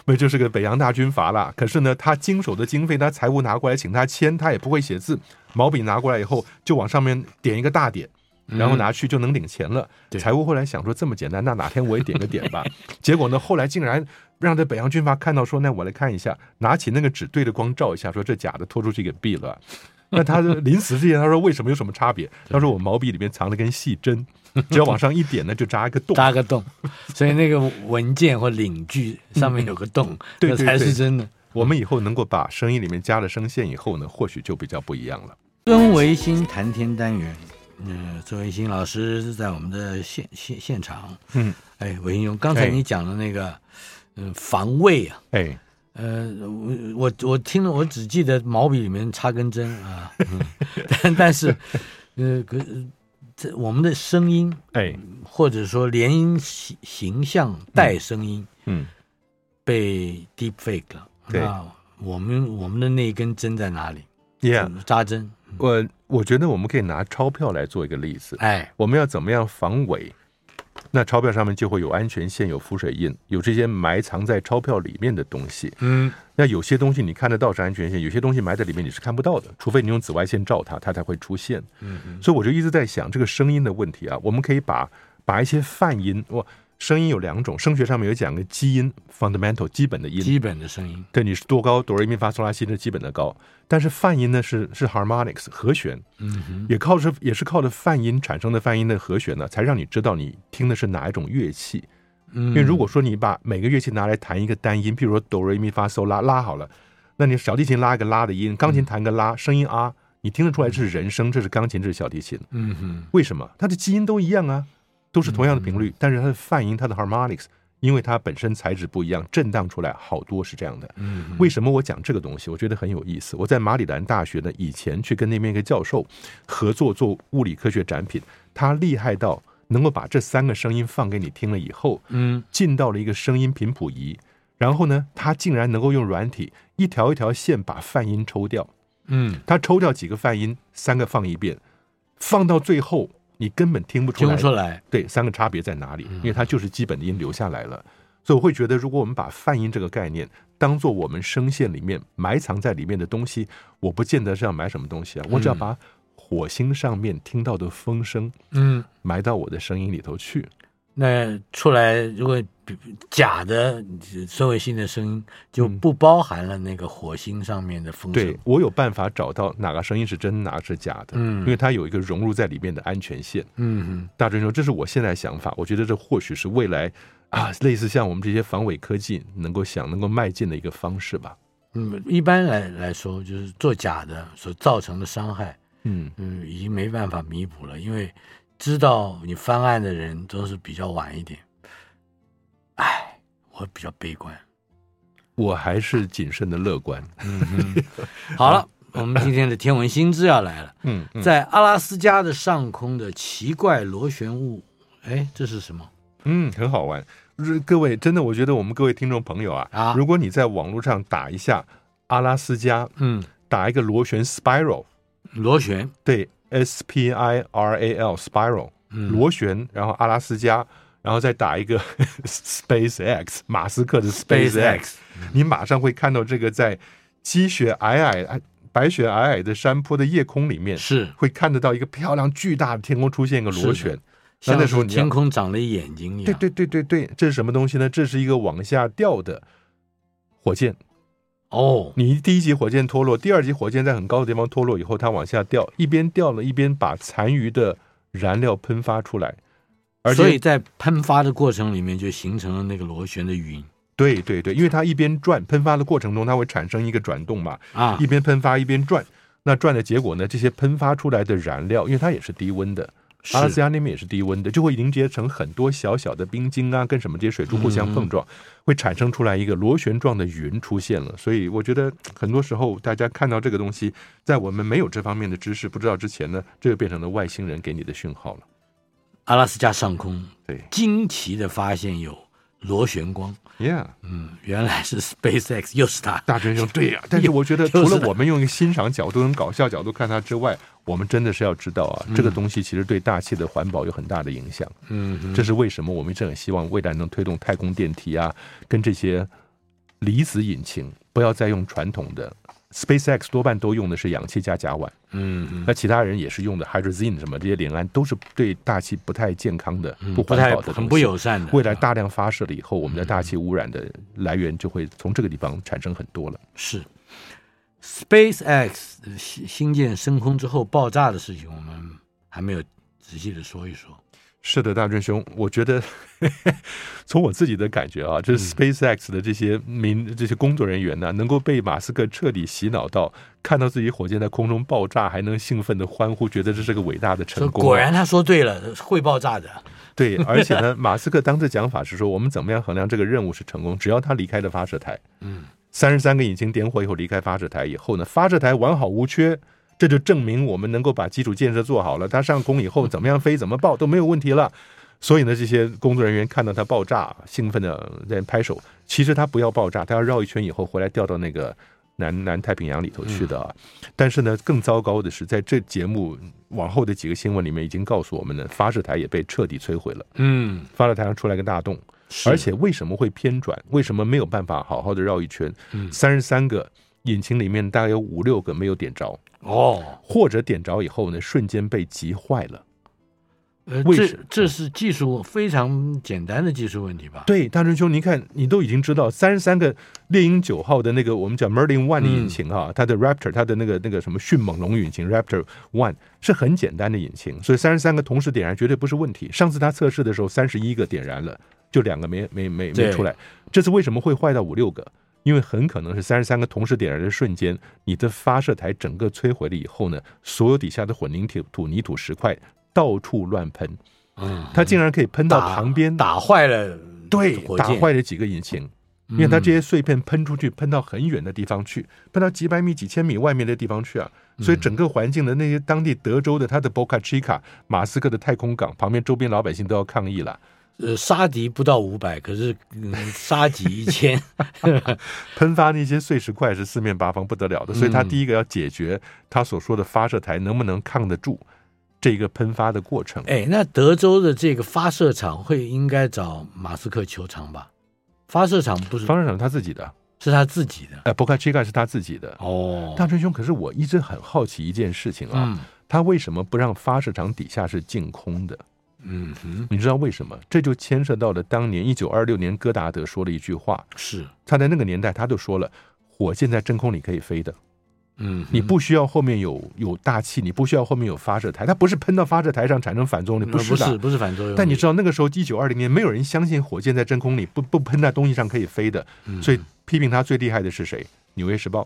[SPEAKER 3] 那就是个北洋大军阀啦。可是呢，他经手的经费，他财务拿过来请他签，他也不会写字，毛笔拿过来以后就往上面点一个大点，然后拿去就能领钱了。
[SPEAKER 2] 对
[SPEAKER 3] 财务后来想说这么简单，那哪天我也点个点吧。 结果呢，后来竟然让这北洋军阀看到说，那我来看一下，拿起那个纸对着光照一下，说这假的，拖出去给毙了。那他就临死之前，他说为什么有什么差别？他说我毛笔里面藏了根细针，只要往上一点呢，就扎一个洞。
[SPEAKER 2] 搭个洞，所以那个文件或领据上面有个洞，
[SPEAKER 3] 对
[SPEAKER 2] 那
[SPEAKER 3] 对
[SPEAKER 2] 才
[SPEAKER 3] 对
[SPEAKER 2] 是真的。
[SPEAKER 3] 我们以后能够把声音里面加了声线以后呢，或许就比较不一样了。
[SPEAKER 2] 孙维新谈天单元，呃，孙维新老师在我们的现现现场，
[SPEAKER 3] 嗯，
[SPEAKER 2] 哎，维新兄，刚才
[SPEAKER 3] 哎
[SPEAKER 2] 你讲的那个，嗯、防卫啊，
[SPEAKER 3] 哎，
[SPEAKER 2] 呃，我我我听了，我只记得毛笔里面插根针啊，嗯、 但但是，呃，可这我们的声音
[SPEAKER 3] 哎，
[SPEAKER 2] 或者说联音形形象带声音
[SPEAKER 3] 嗯，
[SPEAKER 2] 被 deep fake 了，
[SPEAKER 3] 对
[SPEAKER 2] 那我们我们的那一根针在哪里？
[SPEAKER 3] 耶、
[SPEAKER 2] 扎针，
[SPEAKER 3] 我我觉得我们可以拿钞票来做一个例子。
[SPEAKER 2] 哎，
[SPEAKER 3] 我们要怎么样防伪？那钞票上面就会有安全线、有浮水印，有这些埋藏在钞票里面的东西。
[SPEAKER 2] 嗯，
[SPEAKER 3] 那有些东西你看得到是安全线，有些东西埋在里面你是看不到的，除非你用紫外线照它，它才会出现。嗯所以我就一直在想这个声音的问题啊，我们可以把把一些泛音，我声音有两种，声学上面有讲个基因 （fundamental） 基本的音，
[SPEAKER 2] 基本的声音，
[SPEAKER 3] 对，你是多高，哆来咪发嗦拉西是基本的高，但是泛音呢是是 harmonics 和弦，
[SPEAKER 2] 嗯哼，
[SPEAKER 3] 也靠是也是靠着泛音产生的泛音的和弦呢，才让你知道你听的是哪一种乐器。
[SPEAKER 2] 因
[SPEAKER 3] 因为如果说你把每个乐器拿来弹一个单音，譬如说哆瑞咪发嗦拉拉好了，那你小提琴拉一个拉的音，钢琴弹个拉，声音啊，你听得出来这是人声，这是钢琴，这是小提琴，
[SPEAKER 2] 嗯哼，
[SPEAKER 3] 为什么？它的基因都一样啊，都是同样的频
[SPEAKER 2] 嗯
[SPEAKER 3] 率，但是它的泛音，它的 harmonics，因为它本身材质不一样，震荡出来好多是这样的。
[SPEAKER 2] 嗯
[SPEAKER 3] 为什么我讲这个东西？我觉得很有意思。我在马里兰大学呢，以前去跟那边一个教授合作做物理科学展品，他厉害到能够把这三个声音放给你听了以后，
[SPEAKER 2] 嗯
[SPEAKER 3] 进到了一个声音频谱仪，然后呢，他竟然能够用软体一条一条线把泛音抽掉。
[SPEAKER 2] 嗯，
[SPEAKER 3] 他抽掉几个泛音，三个放一遍，放到最后你根本听不出
[SPEAKER 2] 听
[SPEAKER 3] 来
[SPEAKER 2] 不出来，嗯
[SPEAKER 3] 对，三个差别在哪里？因为它就是基本的音留下来了，所以我会觉得，如果我们把泛音这个概念当做我们声线里面埋藏在里面的东西，我不见得是要埋什么东西啊，我只要把火星上面听到的风声
[SPEAKER 2] 嗯，
[SPEAKER 3] 埋到我的声音里头去。
[SPEAKER 2] 那出来如果比假的呃孙维新的声音就不包含了那个火星上面的风声
[SPEAKER 3] 对，我有办法找到哪个声音是真，哪个是假的，
[SPEAKER 2] 嗯
[SPEAKER 3] 因为它有一个融入在里面的安全线。
[SPEAKER 2] 嗯
[SPEAKER 3] 大专说，这是我现在的想法，我觉得这或许是未来啊，类似像我们这些防伪科技能够想能够迈进的一个方式吧。
[SPEAKER 2] 嗯，一般来来说就是做假的所造成的伤害，
[SPEAKER 3] 嗯，
[SPEAKER 2] 嗯，已经没办法弥补了，因为知道你翻案的人都是比较晚一点。唉，我比较悲观。
[SPEAKER 3] 我还是谨慎的乐观。
[SPEAKER 2] 好了，我们今天的天文新知要来了。
[SPEAKER 3] 嗯，
[SPEAKER 2] 在阿拉斯加的上空的奇怪螺旋物，哎，这是什么？
[SPEAKER 3] 嗯，很好玩。如各位，真的，我觉得我们各位听众朋友啊，
[SPEAKER 2] 啊
[SPEAKER 3] 如果你在网络上打一下阿拉斯加，
[SPEAKER 2] 嗯，
[SPEAKER 3] 打一个螺旋 spiral，
[SPEAKER 2] 螺旋，
[SPEAKER 3] 对，S P I R A L spiral，、螺
[SPEAKER 2] 嗯
[SPEAKER 3] 旋，然后阿拉斯加，然后再打一个 Space X，马斯克的 Space X，你马上会看到这个在积雪皑皑、哎白雪皑皑的山坡的夜空里面，
[SPEAKER 2] 是
[SPEAKER 3] 会看得到一个漂亮巨大的天空出现一个
[SPEAKER 2] 是
[SPEAKER 3] 螺
[SPEAKER 2] 的
[SPEAKER 3] 旋。那
[SPEAKER 2] 像
[SPEAKER 3] 那时候
[SPEAKER 2] 是
[SPEAKER 3] 你要
[SPEAKER 2] 天空长了眼睛一
[SPEAKER 3] 对
[SPEAKER 2] 样。
[SPEAKER 3] 对对对对，这是什么东西呢？这是一个往下掉的火箭。
[SPEAKER 2] 哦，
[SPEAKER 3] 你第一级火箭脱落，第二级火箭在很高的地方脱落以后，它往下掉，一边掉了一边把残余的燃料喷发出来，而
[SPEAKER 2] 所以
[SPEAKER 3] 且
[SPEAKER 2] 在喷发的过程里面就形成了那个螺旋的云
[SPEAKER 3] 对对对，因为它一边转，喷发的过程中它会产生一个转动嘛，
[SPEAKER 2] 啊
[SPEAKER 3] 一，边喷发一边转。那转的结果呢？这些喷发出来的燃料，因为它也是低温的，
[SPEAKER 2] 是
[SPEAKER 3] 阿拉斯加那边也是低温的，就会凝结成很多小小的冰晶啊，跟什么这些水珠互相碰
[SPEAKER 2] 嗯
[SPEAKER 3] 撞，会产生出来一个螺旋状的云出现了。所以我觉得很多时候大家看到这个东西，在我们没有这方面的知识不知道之前呢，这就变成了外星人给你的讯号了。
[SPEAKER 2] 阿拉斯加上空
[SPEAKER 3] 对
[SPEAKER 2] 惊奇的发现有螺旋光，
[SPEAKER 3] ，Yeah，
[SPEAKER 2] 嗯，原来是 SpaceX，又是它，
[SPEAKER 3] 大真兄，对呀、但是我觉得，除了我们用一个欣赏角度、跟搞笑角度看它之外，我们真的是要知道啊，这个东西其实对大气的环保有很大的影响。
[SPEAKER 2] 嗯哼，
[SPEAKER 3] 这是为什么我们一直很希望未来能推动太空电梯啊，跟这些离子引擎，不要再用传统的。SpaceX 多半都用的是氧气加甲烷，
[SPEAKER 2] 嗯哼，
[SPEAKER 3] 那其他人也是用的 hydrazine 什么这些联胺，都是对大气不太健康的、
[SPEAKER 2] 嗯
[SPEAKER 3] 不
[SPEAKER 2] 不
[SPEAKER 3] 环
[SPEAKER 2] 太
[SPEAKER 3] 保的东西。
[SPEAKER 2] 很不友善嗯的，
[SPEAKER 3] 未来大量发射了以后，我们的大气污染的来源就会从这个地方产生很多了。
[SPEAKER 2] 是 SpaceX 呃星星舰升空之后爆炸的事情，我们还没有仔细的说一说。
[SPEAKER 3] 是的，大真兄，我觉得从我自己的感觉啊，这 SpaceX 的这些民这些工作人员呢、能够被马斯克彻底洗脑到看到自己火箭在空中爆炸，还能兴奋的欢呼，觉得这是个伟大的成
[SPEAKER 2] 说
[SPEAKER 3] 功。啊
[SPEAKER 2] 果然他说对了，会爆炸的。
[SPEAKER 3] 对，而且呢，马斯克当时讲法是说，我们怎么样衡量这个任务是成功？只要他离开了发射台，
[SPEAKER 2] 嗯，
[SPEAKER 3] 三十三个引擎点火以后离开发射台以后呢，发射台完好无缺，这就证明我们能够把基础建设做好了。它上空以后怎么样飞、怎么爆都没有问题了。所以呢，这些工作人员看到它爆炸，兴奋的在拍手。其实它不要爆炸，它要绕一圈以后回来掉到那个南南太平洋里头去的啊。但是呢，更糟糕的是，在这节目往后的几个新闻里面已经告诉我们呢，发射台也被彻底摧毁了，
[SPEAKER 2] 嗯，
[SPEAKER 3] 发射台上出来个大洞。
[SPEAKER 2] 是
[SPEAKER 3] 而且为什么会偏转？为什么没有办法好好的绕一圈？三十三个引擎里面大概有五六个没有点着，
[SPEAKER 2] 哦，
[SPEAKER 3] 或者点着以后呢，瞬间被急坏了。
[SPEAKER 2] 呃，
[SPEAKER 3] 为
[SPEAKER 2] 这
[SPEAKER 3] 什么
[SPEAKER 2] 这是技术非常简单的技术问题吧？
[SPEAKER 3] 对，大春兄，您看，你都已经知道三十三个猎鹰九号的那个我们讲
[SPEAKER 2] 嗯
[SPEAKER 3] Merlin One 的引擎啊，它的 Raptor，它的那个那个什么迅猛龙引擎 Raptor One 是很简单的引擎，所以三十三个同时点燃绝对不是问题。上次它测试的时候，三十一个点燃了，就两个没没没
[SPEAKER 2] 对
[SPEAKER 3] 没出来。这次为什么会坏到五六个？因为很可能是三十三个同时点燃的瞬间，你的发射台整个摧毁了以后呢，所有底下的混凝土、土泥土、石块到处乱喷，
[SPEAKER 2] 嗯，
[SPEAKER 3] 它竟然可以喷到
[SPEAKER 2] 打
[SPEAKER 3] 旁边
[SPEAKER 2] 打坏了
[SPEAKER 3] 对，
[SPEAKER 2] 火
[SPEAKER 3] 打
[SPEAKER 2] 箭，嗯
[SPEAKER 3] 坏了几个引擎，因为它这些碎片喷出去，喷到很远的地方去，喷到几百米、几千米外面的地方去啊。所
[SPEAKER 2] 嗯
[SPEAKER 3] 以整个环境的那些当地德州的它的 Boca Chica 马斯克的太空港旁边周边老百姓都要抗议了，
[SPEAKER 2] 呃，杀敌不到五百，可是、嗯、杀敌一千。
[SPEAKER 3] 喷发那些碎石块是四面八方不得了的。所以他
[SPEAKER 2] 嗯
[SPEAKER 3] 第一个要解决他所说的发射台能不能抗得住这个喷发的过程。
[SPEAKER 2] 哎，那德州的这个发射场会应该找马斯克求偿吧？发射场不是
[SPEAKER 3] 方社长他自己的，
[SPEAKER 2] 是他自己的
[SPEAKER 3] 呃，Boca Chica 是他自己的。
[SPEAKER 2] 哦，
[SPEAKER 3] 大春兄，可是我一直很好奇一件事情啊，
[SPEAKER 2] 嗯
[SPEAKER 3] 他为什么不让发射场底下是净空的？
[SPEAKER 2] 嗯哼，
[SPEAKER 3] 你知道为什么？这就牵涉到了当年一九二六年戈达德说了一句话，
[SPEAKER 2] 是
[SPEAKER 3] 他在那个年代他就说了，火箭在真空里可以飞的，
[SPEAKER 2] 嗯哼，
[SPEAKER 3] 你不需要后面有有大气，你不需要后面有发射台，它不是喷到发射台上产生反作用力，
[SPEAKER 2] 不
[SPEAKER 3] 是
[SPEAKER 2] 是
[SPEAKER 3] 的。
[SPEAKER 2] 不是反作用力，
[SPEAKER 3] 但你知道那个时候一九二零年，没有人相信火箭在真空里不不喷在东西上可以飞的，
[SPEAKER 2] 嗯
[SPEAKER 3] 所以批评他最厉害的是谁？《纽约时报》。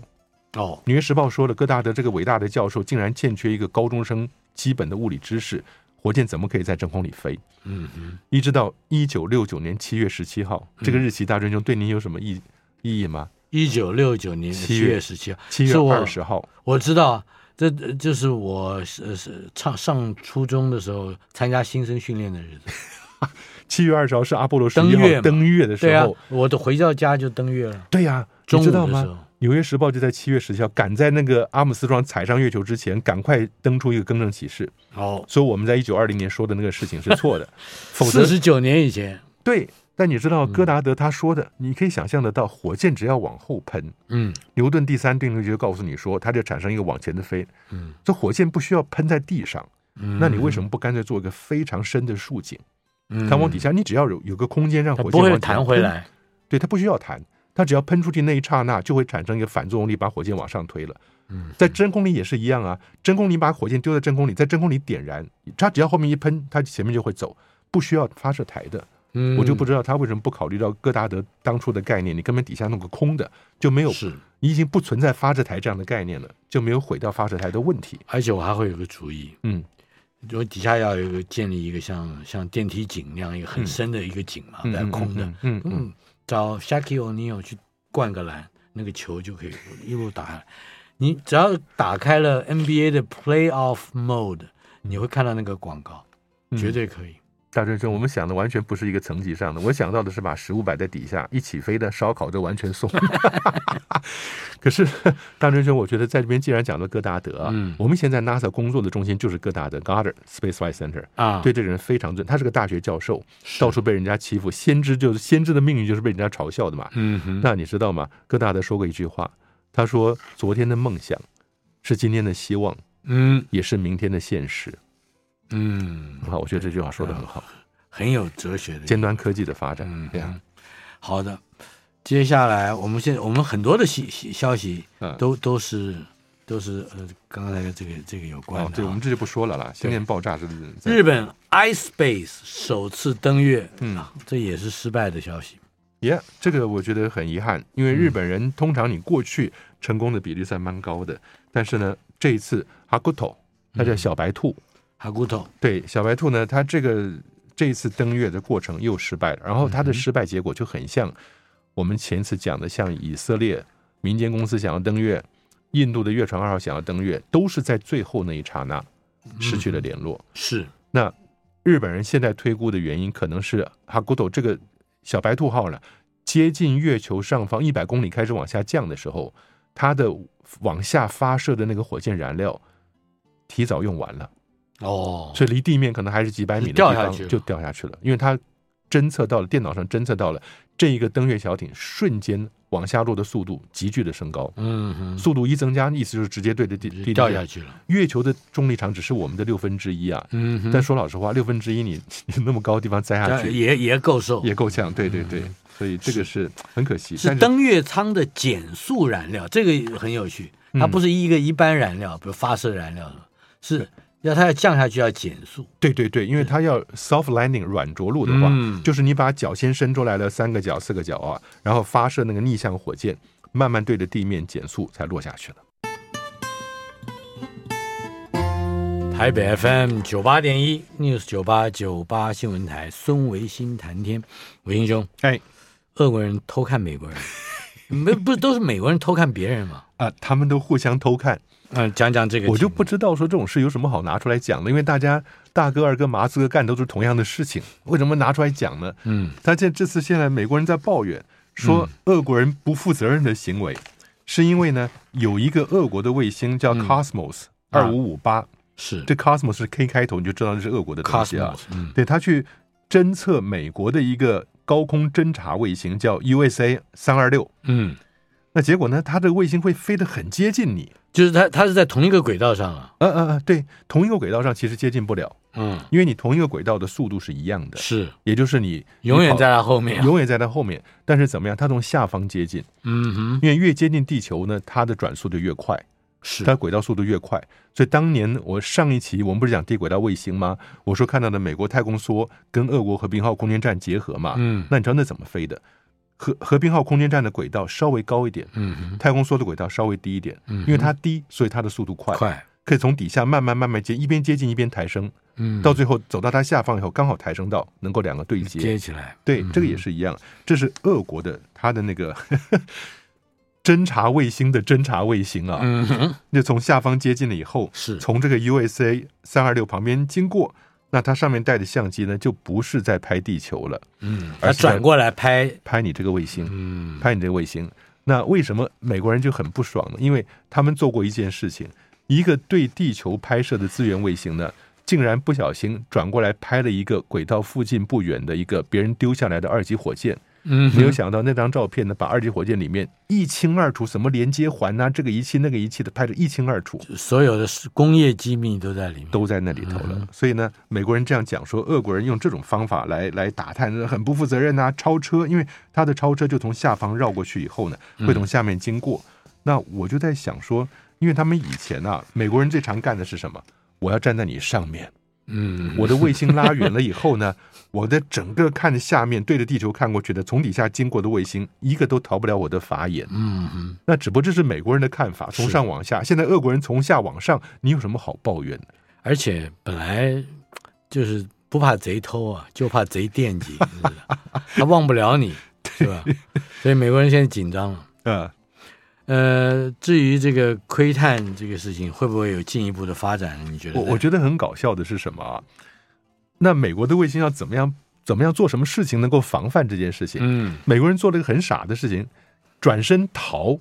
[SPEAKER 2] 哦
[SPEAKER 3] 《纽约时报》说了，戈达德这个伟大的教授竟然欠缺一个高中生基本的物理知识，火箭怎么可以在真空里飞？
[SPEAKER 2] 嗯哼，嗯
[SPEAKER 3] 一直到一九六九年七月十七号这个日期，大真兄对您有什么意意义吗？
[SPEAKER 2] 一九六九年七
[SPEAKER 3] 七
[SPEAKER 2] 月
[SPEAKER 3] 月
[SPEAKER 2] 十七号，
[SPEAKER 3] 七月
[SPEAKER 2] 是我
[SPEAKER 3] 二十号，
[SPEAKER 2] 我知道，这呃就是我是是上上初中的时候参加新生训练的日子，
[SPEAKER 3] 七月二十号是阿波罗十
[SPEAKER 2] 登
[SPEAKER 3] 一
[SPEAKER 2] 月嘛
[SPEAKER 3] 号登月的
[SPEAKER 2] 对
[SPEAKER 3] 时
[SPEAKER 2] 啊
[SPEAKER 3] 候，，
[SPEAKER 2] 我都回到家就登月了，
[SPEAKER 3] 对呀、
[SPEAKER 2] 中
[SPEAKER 3] 你
[SPEAKER 2] 午
[SPEAKER 3] 知道
[SPEAKER 2] 的时候
[SPEAKER 3] 吗？，《纽约时报》就在七月十七号赶在那个阿姆斯壮踩上月球之前，赶快登出一个更正启事，
[SPEAKER 2] 哦，
[SPEAKER 3] 所以我们在一九二零年说的那个事情是错的，否则
[SPEAKER 2] 四十九年以前，
[SPEAKER 3] 对。但你知
[SPEAKER 2] 嗯
[SPEAKER 3] 道戈达德他说的，你可以想象得到，火箭只要往后喷，
[SPEAKER 2] 嗯
[SPEAKER 3] 牛顿第三定律就告诉你说，它就产生一个往前的飞。
[SPEAKER 2] 嗯，
[SPEAKER 3] 这火箭不需要喷在地上，
[SPEAKER 2] 嗯，
[SPEAKER 3] 那你为什么不干脆做一个非常深的竖井？
[SPEAKER 2] 么
[SPEAKER 3] 它往底下，你只要有有个空间让
[SPEAKER 2] 它嗯
[SPEAKER 3] 火
[SPEAKER 2] 不
[SPEAKER 3] 箭
[SPEAKER 2] 会
[SPEAKER 3] 往
[SPEAKER 2] 弹
[SPEAKER 3] 前
[SPEAKER 2] 回
[SPEAKER 3] 喷，
[SPEAKER 2] 来？
[SPEAKER 3] 对，它不需要弹，它只要喷出去那一刹那，就会产生一个反作用力，把火箭往上推了。
[SPEAKER 2] 嗯，
[SPEAKER 3] 在真空里也是一样啊，真空里把火箭丢在真空里，在真空里点燃，它只要后面一喷，它前面就会走，不需要发射台的。
[SPEAKER 2] 嗯，
[SPEAKER 3] 我就不知道他为什么不考虑到戈达德当初的概念，你根本底下弄个空的就没有，
[SPEAKER 2] 是，
[SPEAKER 3] 你已经不存在发射台这样的概念了，就没有毁掉发射台的问题。
[SPEAKER 2] 而且我还会有个主意，
[SPEAKER 3] 嗯，
[SPEAKER 2] 我底下要有一个建立一个像像电梯井那样一个很深的一个井嘛，在、空的，
[SPEAKER 3] 嗯嗯，嗯嗯嗯
[SPEAKER 2] 嗯，找 Shaki O'Neal 去灌个篮，那个球就可以一路打下来。你只要打开了 NBA 的 Playoff Mode，你会看到那个广告，
[SPEAKER 3] 嗯
[SPEAKER 2] 绝对可以。
[SPEAKER 3] 大专生，我们想的完全不是一个层级上的。我想到的是把食物摆在底下，一起飞的烧烤就完全送。 可是大专生，我觉得在这边既然讲到戈达德啊，
[SPEAKER 2] 嗯
[SPEAKER 3] 我们以前在 NASA 工作的中心就是戈达德 （Goddard Space Flight Center），
[SPEAKER 2] 啊，
[SPEAKER 3] 对这个人非常尊，他是个大学教授，到处被人家欺负，先知就是先知的命运就是被人家嘲笑的嘛。
[SPEAKER 2] 嗯哼，
[SPEAKER 3] 那你知道吗？戈达德说过一句话，他说：“昨天的梦想是今天的希望，
[SPEAKER 2] 嗯
[SPEAKER 3] 也是明天的现实。”啊
[SPEAKER 2] 嗯，
[SPEAKER 3] 好，我觉得这句话说的很好，
[SPEAKER 2] 很有哲学的
[SPEAKER 3] 尖端科技的发展，
[SPEAKER 2] 嗯
[SPEAKER 3] 对啊，
[SPEAKER 2] 好的，接下来我们现我们很多的消息消息
[SPEAKER 3] 嗯
[SPEAKER 2] 都都是都是呃刚才这个这个有关
[SPEAKER 3] 哦，
[SPEAKER 2] 的
[SPEAKER 3] 对，我
[SPEAKER 2] 啊、
[SPEAKER 3] 们这就不说了啦。星链爆炸是在
[SPEAKER 2] 日本 iSpace 首次登月，
[SPEAKER 3] 嗯
[SPEAKER 2] 啊，这也是失败的消息。
[SPEAKER 3] ，Yeah，这哎个我觉得很遗憾，因为日本人通常你过去成功的比率算蛮高的，但是呢，这一次哈古头，它
[SPEAKER 2] 嗯
[SPEAKER 3] 叫小白兔，
[SPEAKER 2] 哈骨头，
[SPEAKER 3] 对，小白兔呢，它这个这一次登月的过程又失败了，然后它的失败结果就很像我们前一次讲的，像以色列民间公司想要登月，印度的月船二号想要登月，都是在最后那一刹那失去了联络。
[SPEAKER 2] 是
[SPEAKER 3] 那日本人现在推估的原因，可能是哈古斗这个小白兔号呢，接近月球上方一百公里开始往下降的时候，它的往下发射的那个火箭燃料提早用完了，
[SPEAKER 2] 哦，
[SPEAKER 3] 所以离地面可能还是几百米的地
[SPEAKER 2] 掉下
[SPEAKER 3] 方
[SPEAKER 2] 去了
[SPEAKER 3] 就掉下去了，因为它侦测到了，电脑上侦测到了这一个登月小艇瞬间往下落的速度急剧的升高。
[SPEAKER 2] 嗯哼，
[SPEAKER 3] 速度一增加，意思就是直接对着地地
[SPEAKER 2] 掉下
[SPEAKER 3] 去。
[SPEAKER 2] 去了。
[SPEAKER 3] 月球的重力场只是我们的六分之一啊，
[SPEAKER 2] 嗯哎哼，
[SPEAKER 3] 但说老实话，六分之一你 你那么高的地方栽下
[SPEAKER 2] 但
[SPEAKER 3] 去
[SPEAKER 2] 也也够受，
[SPEAKER 3] 也够呛，对对对，所以这个是很可惜。
[SPEAKER 2] 嗯是
[SPEAKER 3] 但
[SPEAKER 2] 登月舱的减速燃料，这个很有趣，
[SPEAKER 3] 嗯
[SPEAKER 2] 它不是一个一般燃料，比如发射燃料，是要它要降下去要减速。
[SPEAKER 3] 对对对，因为它要 soft landing 软着陆的话，
[SPEAKER 2] 嗯
[SPEAKER 3] 就是你把脚先伸出来了三个脚四个脚啊，然后发射那个逆向火箭，慢慢对着地面减速才落下去了。
[SPEAKER 2] 台北 FM 九八点一 News 九八九八新闻台，孙维新谈天，维新兄，
[SPEAKER 3] 哎
[SPEAKER 2] 俄国人偷看美 国人，没不都是美国人偷看别人吗？
[SPEAKER 3] 啊，他们都互相偷看，
[SPEAKER 2] 嗯，讲讲这个情况，
[SPEAKER 3] 我就不知道说这种事有什么好拿出来讲的，因为大家大哥二哥麻子哥干的都是同样的事情，为什么拿出来讲呢？
[SPEAKER 2] 嗯
[SPEAKER 3] 他这这次现在美国人在抱怨说俄国人不负责任的行为，是因为呢有一个俄国的卫星叫 Cosmos
[SPEAKER 2] 啊
[SPEAKER 3] 二五五八，
[SPEAKER 2] 是
[SPEAKER 3] 这 Cosmos 是 K 开头，你就知道这是俄国的东西啊
[SPEAKER 2] Cosmos，。嗯
[SPEAKER 3] 对他去侦测美国的一个高空侦察卫星叫 USA 三二六，
[SPEAKER 2] 嗯，
[SPEAKER 3] 那结果呢，它这个卫星会飞得很接近你。
[SPEAKER 2] 就是它它是在同一个轨道上了，
[SPEAKER 3] 嗯嗯嗯，对，同一个轨道上其实接近不了，
[SPEAKER 2] 嗯，
[SPEAKER 3] 因为你同一个轨道的速度是一样的，
[SPEAKER 2] 是
[SPEAKER 3] 也就是你
[SPEAKER 2] 永远
[SPEAKER 3] 你跑
[SPEAKER 2] 在它后面，啊
[SPEAKER 3] 永远在它后面，但是怎么样，它从下方接近。
[SPEAKER 2] 嗯哼，
[SPEAKER 3] 因为越接近地球呢，它的转速就越快，
[SPEAKER 2] 是
[SPEAKER 3] 它轨道速度越快。所以当年我上一期我们不是讲地轨道卫星吗？我说看到的美国太空梭跟俄国和平号空间站结合嘛，
[SPEAKER 2] 嗯
[SPEAKER 3] 那你知道那怎么飞的？和和平号空间站的轨道稍微高一点，
[SPEAKER 2] 嗯哼，
[SPEAKER 3] 太空梭的轨道稍微低一点，
[SPEAKER 2] 嗯哼
[SPEAKER 3] 因为它低，所以它的速度快，
[SPEAKER 2] 快，
[SPEAKER 3] 可以从底下慢慢慢慢接，一边接近一边抬升，
[SPEAKER 2] 嗯，
[SPEAKER 3] 到最后走到它下方以后，刚好抬升到能够两个对接。
[SPEAKER 2] 接嗯起来，
[SPEAKER 3] 对，这个也是一样，这是俄国的它的那个 侦察卫星的侦察卫星啊，
[SPEAKER 2] 嗯哼，
[SPEAKER 3] 就从下方接近了以后，
[SPEAKER 2] 是
[SPEAKER 3] 从这个 USA 三二六旁边经过，那它上面带的相机呢，就不是在拍地球了，
[SPEAKER 2] 嗯，
[SPEAKER 3] 而
[SPEAKER 2] 它
[SPEAKER 3] 且在
[SPEAKER 2] 转过来拍，
[SPEAKER 3] 拍你这个卫星，
[SPEAKER 2] 嗯
[SPEAKER 3] 拍你这个卫星。那为什么美国人就很不爽呢？因为他们做过一件事情，一个对地球拍摄的资源卫星呢，竟然不小心转过来拍了一个轨道附近不远的一个别人丢下来的二级火箭。
[SPEAKER 2] 嗯
[SPEAKER 3] 没有想到那张照片呢，把二级火箭里面一清二楚，什么连接环呐、这个仪器那个仪器的拍得一清二楚，
[SPEAKER 2] 所有的工业机密都在里面。
[SPEAKER 3] 都在那里头
[SPEAKER 2] 嗯
[SPEAKER 3] 了。所以呢，美国人这样讲说，俄国人用这种方法来来打探，很不负责任呐、超车，因为他的超车就从下方绕过去以后呢，
[SPEAKER 2] 嗯
[SPEAKER 3] 会从下面经过。那我就在想说，因为他们以前啊，美国人最常干的是什么？我要站在你上面，
[SPEAKER 2] 嗯，
[SPEAKER 3] 我的卫星拉远了以后 呢，我的整个看着下面对着地球看过去的，从底下经过的卫星，一个都逃不了我的法眼。
[SPEAKER 2] 嗯哼，
[SPEAKER 3] 那只不过这是美国人的看法，从上往下。现在俄国人从下往上，你有什么好抱怨的？
[SPEAKER 2] 而且本来就是不怕贼偷啊，就怕贼惦记，是不是他忘不了你，是吧？所以美国人现在紧张了。
[SPEAKER 3] 呃，
[SPEAKER 2] 呃，至于这个窥探这个事情会不会有进一步的发展，你觉得
[SPEAKER 3] 我
[SPEAKER 2] 呢？
[SPEAKER 3] 我觉得很搞笑的是什么啊？那美国的卫星要怎么样怎么样做什么事情能够防范这件事情？
[SPEAKER 2] 嗯，
[SPEAKER 3] 美国人做了一个很傻的事情，转 身逃，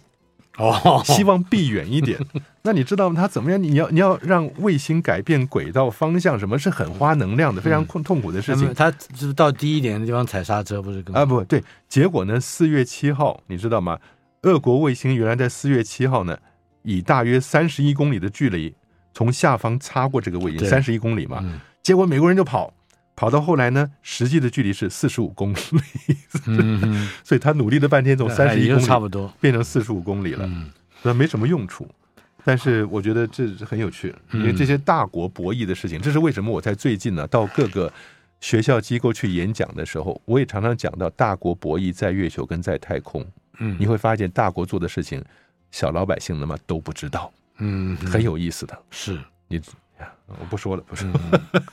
[SPEAKER 2] 哦，
[SPEAKER 3] 希望避远 一点。那你知道吗？它怎么样？你要你要让卫星改变轨道方向，什么是很花能量的，非常痛痛苦的
[SPEAKER 2] 嗯
[SPEAKER 3] 事
[SPEAKER 2] 他
[SPEAKER 3] 情
[SPEAKER 2] 们。他就是到低一点的地方踩刹车，不是更
[SPEAKER 3] 啊，不对，结果呢？四月七号，你知道吗？俄国卫星原来在四月七号呢，以大约三十一公里的距离从下方擦过这个卫星，
[SPEAKER 2] 对
[SPEAKER 3] 三十一公里嘛。
[SPEAKER 2] 嗯
[SPEAKER 3] 结果美国人就跑，跑到后来呢，实际的距离是四十五公里，
[SPEAKER 2] 嗯哼，
[SPEAKER 3] 所以他努力了半天，从三十一
[SPEAKER 2] 也
[SPEAKER 3] 公
[SPEAKER 2] 就差
[SPEAKER 3] 里
[SPEAKER 2] 不多。
[SPEAKER 3] 变成四十五公里了，
[SPEAKER 2] 嗯，
[SPEAKER 3] 那没什么用处。但是我觉得这是很有趣，因
[SPEAKER 2] 嗯
[SPEAKER 3] 为这些大国博弈的事情，这是为什么我在最近呢到各个学校机构去演讲的时候，我也常常讲到大国博弈在月球跟在太空，
[SPEAKER 2] 嗯
[SPEAKER 3] 你会发现大国做的事情，小老百姓他妈都不知道，
[SPEAKER 2] 嗯，
[SPEAKER 3] 很有意思的。
[SPEAKER 2] 是。
[SPEAKER 3] 你我不说了，不说了。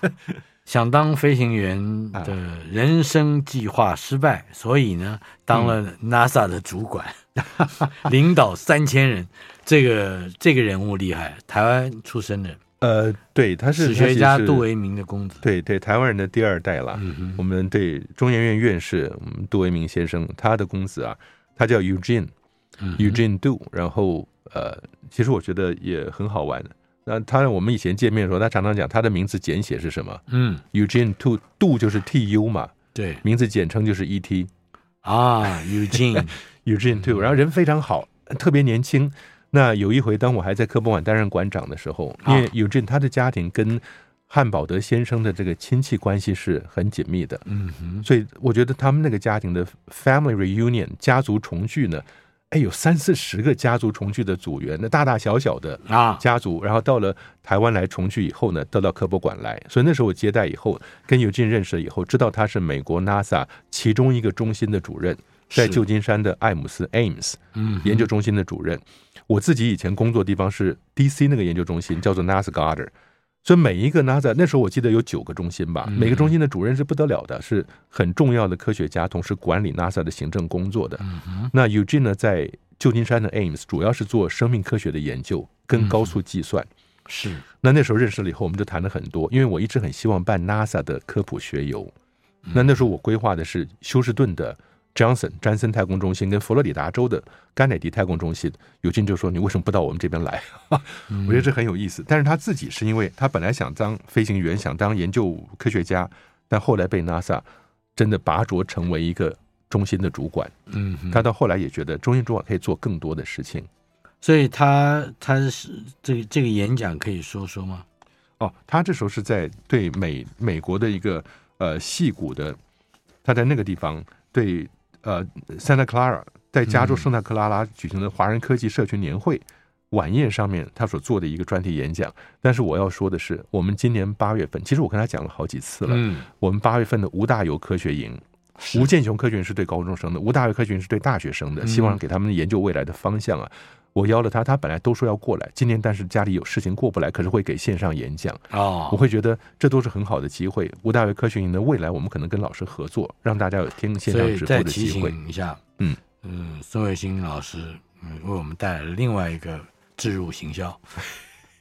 [SPEAKER 2] 嗯 想当飞行员
[SPEAKER 3] 啊
[SPEAKER 2] 的人生计划失败，所以呢，当了
[SPEAKER 3] 嗯
[SPEAKER 2] NASA 的主管， 领导三千人。这个这个人物厉害，台湾出生的
[SPEAKER 3] 呃，对，他是
[SPEAKER 2] 嗯史学家
[SPEAKER 3] 他其实是
[SPEAKER 2] 杜维明的公子。
[SPEAKER 3] 对对，台湾人的第二代了。
[SPEAKER 2] 嗯
[SPEAKER 3] 我们对中研院院士我们杜维明先生，他的公子啊，他叫 Eugene
[SPEAKER 2] 嗯哼，
[SPEAKER 3] Eugene Du，然后呃，其实我觉得也很好玩的。那他我们以前见面的时候，他常常讲他的名字简写是什么
[SPEAKER 2] 嗯，
[SPEAKER 3] ？Eugene Du Du 就是 T U 嘛，
[SPEAKER 2] 对
[SPEAKER 3] 名字简称就是 E T。
[SPEAKER 2] 啊，Eugene，
[SPEAKER 3] Eugene
[SPEAKER 2] 嗯
[SPEAKER 3] too，然后人非常好，特别年轻。那有一回，当我还在科博馆担任馆长的时候，因为
[SPEAKER 2] 啊
[SPEAKER 3] Eugene 他的家庭跟汉堡德先生的这个亲戚关系是很紧密的，
[SPEAKER 2] 嗯 哼，
[SPEAKER 3] 所以我觉得他们那个家庭的 family reunion 家族重聚呢，哎，有三四十个家族重聚的组员，那大大小小的
[SPEAKER 2] 啊，
[SPEAKER 3] 家族，然后到了台湾来重聚以后呢，到到科博馆来，所以那时候我接待以后，跟尤金认识了以后，知道他是美国 NASA 其中一个中心的主任，在
[SPEAKER 2] 是
[SPEAKER 3] 旧金山的艾姆斯 Ames
[SPEAKER 2] 嗯哼
[SPEAKER 3] 研究中心的主任。我自己以前工作地方是 DC 那个研究中心，叫做 NASA Goddard。所以每一个 NASA 那时候我记得有九个中心吧，
[SPEAKER 2] 嗯
[SPEAKER 3] 每个中心的主任是不得了的，是很重要的科学家，同时管理 NASA 的行政工作的。
[SPEAKER 2] 嗯哼，
[SPEAKER 3] 那 Eugene 呢，在旧金山的 Ames 主要是做生命科学的研究
[SPEAKER 2] 嗯
[SPEAKER 3] 跟高速计算。
[SPEAKER 2] 是
[SPEAKER 3] 那那时候认识了以后，我们就谈了很多，因为我一直很希望办 NASA 的科普学游。那那时候我规划的是休斯顿的 Johnson 詹森太空中心跟佛罗里达州的甘乃迪太空中心。尤金就说：“你为什么不到我们这边来？”
[SPEAKER 2] 嗯
[SPEAKER 3] 我觉得这很有意思。但是他自己是因为他本来想当飞行员，想当研究科学家，但后来被 NASA 真的拔擢成为一个中心的主管。
[SPEAKER 2] 嗯哼，
[SPEAKER 3] 他到后来也觉得中心主管可以做更多的事情。
[SPEAKER 2] 所以他他是这个这个演讲可以说说吗？
[SPEAKER 3] 哦，他这时候是在对美美国的一个呃戏骨的，他在那个地方对呃 Santa Clara 在加
[SPEAKER 2] 嗯
[SPEAKER 3] 州圣塔克拉拉举行的华人科技社群年会。晚宴上面他所做的一个专题演讲，但是我要说的是，我们今年八月份，其实我跟他讲了好几次了，
[SPEAKER 2] 嗯，
[SPEAKER 3] 我们八月份的吴大猷科学营，吴建雄科学院是对高中生的，吴大猷科学院是对大学生的，
[SPEAKER 2] 嗯
[SPEAKER 3] 希望给他们研究未来的方向啊。我邀了他，他本来都说要过来，今年但是家里有事情过不来，可是会给线上演讲。
[SPEAKER 2] 哦，
[SPEAKER 3] 我会觉得这都是很好的机会。吴大猷科学营的未来，我们可能跟老师合作，让大家有听线
[SPEAKER 2] 所
[SPEAKER 3] 上
[SPEAKER 2] 以
[SPEAKER 3] 直播
[SPEAKER 2] 再
[SPEAKER 3] 的
[SPEAKER 2] 提
[SPEAKER 3] 机会。
[SPEAKER 2] 醒一下，
[SPEAKER 3] 嗯
[SPEAKER 2] 嗯，孙卫新老师嗯为我们带来了另外一个置入行 销，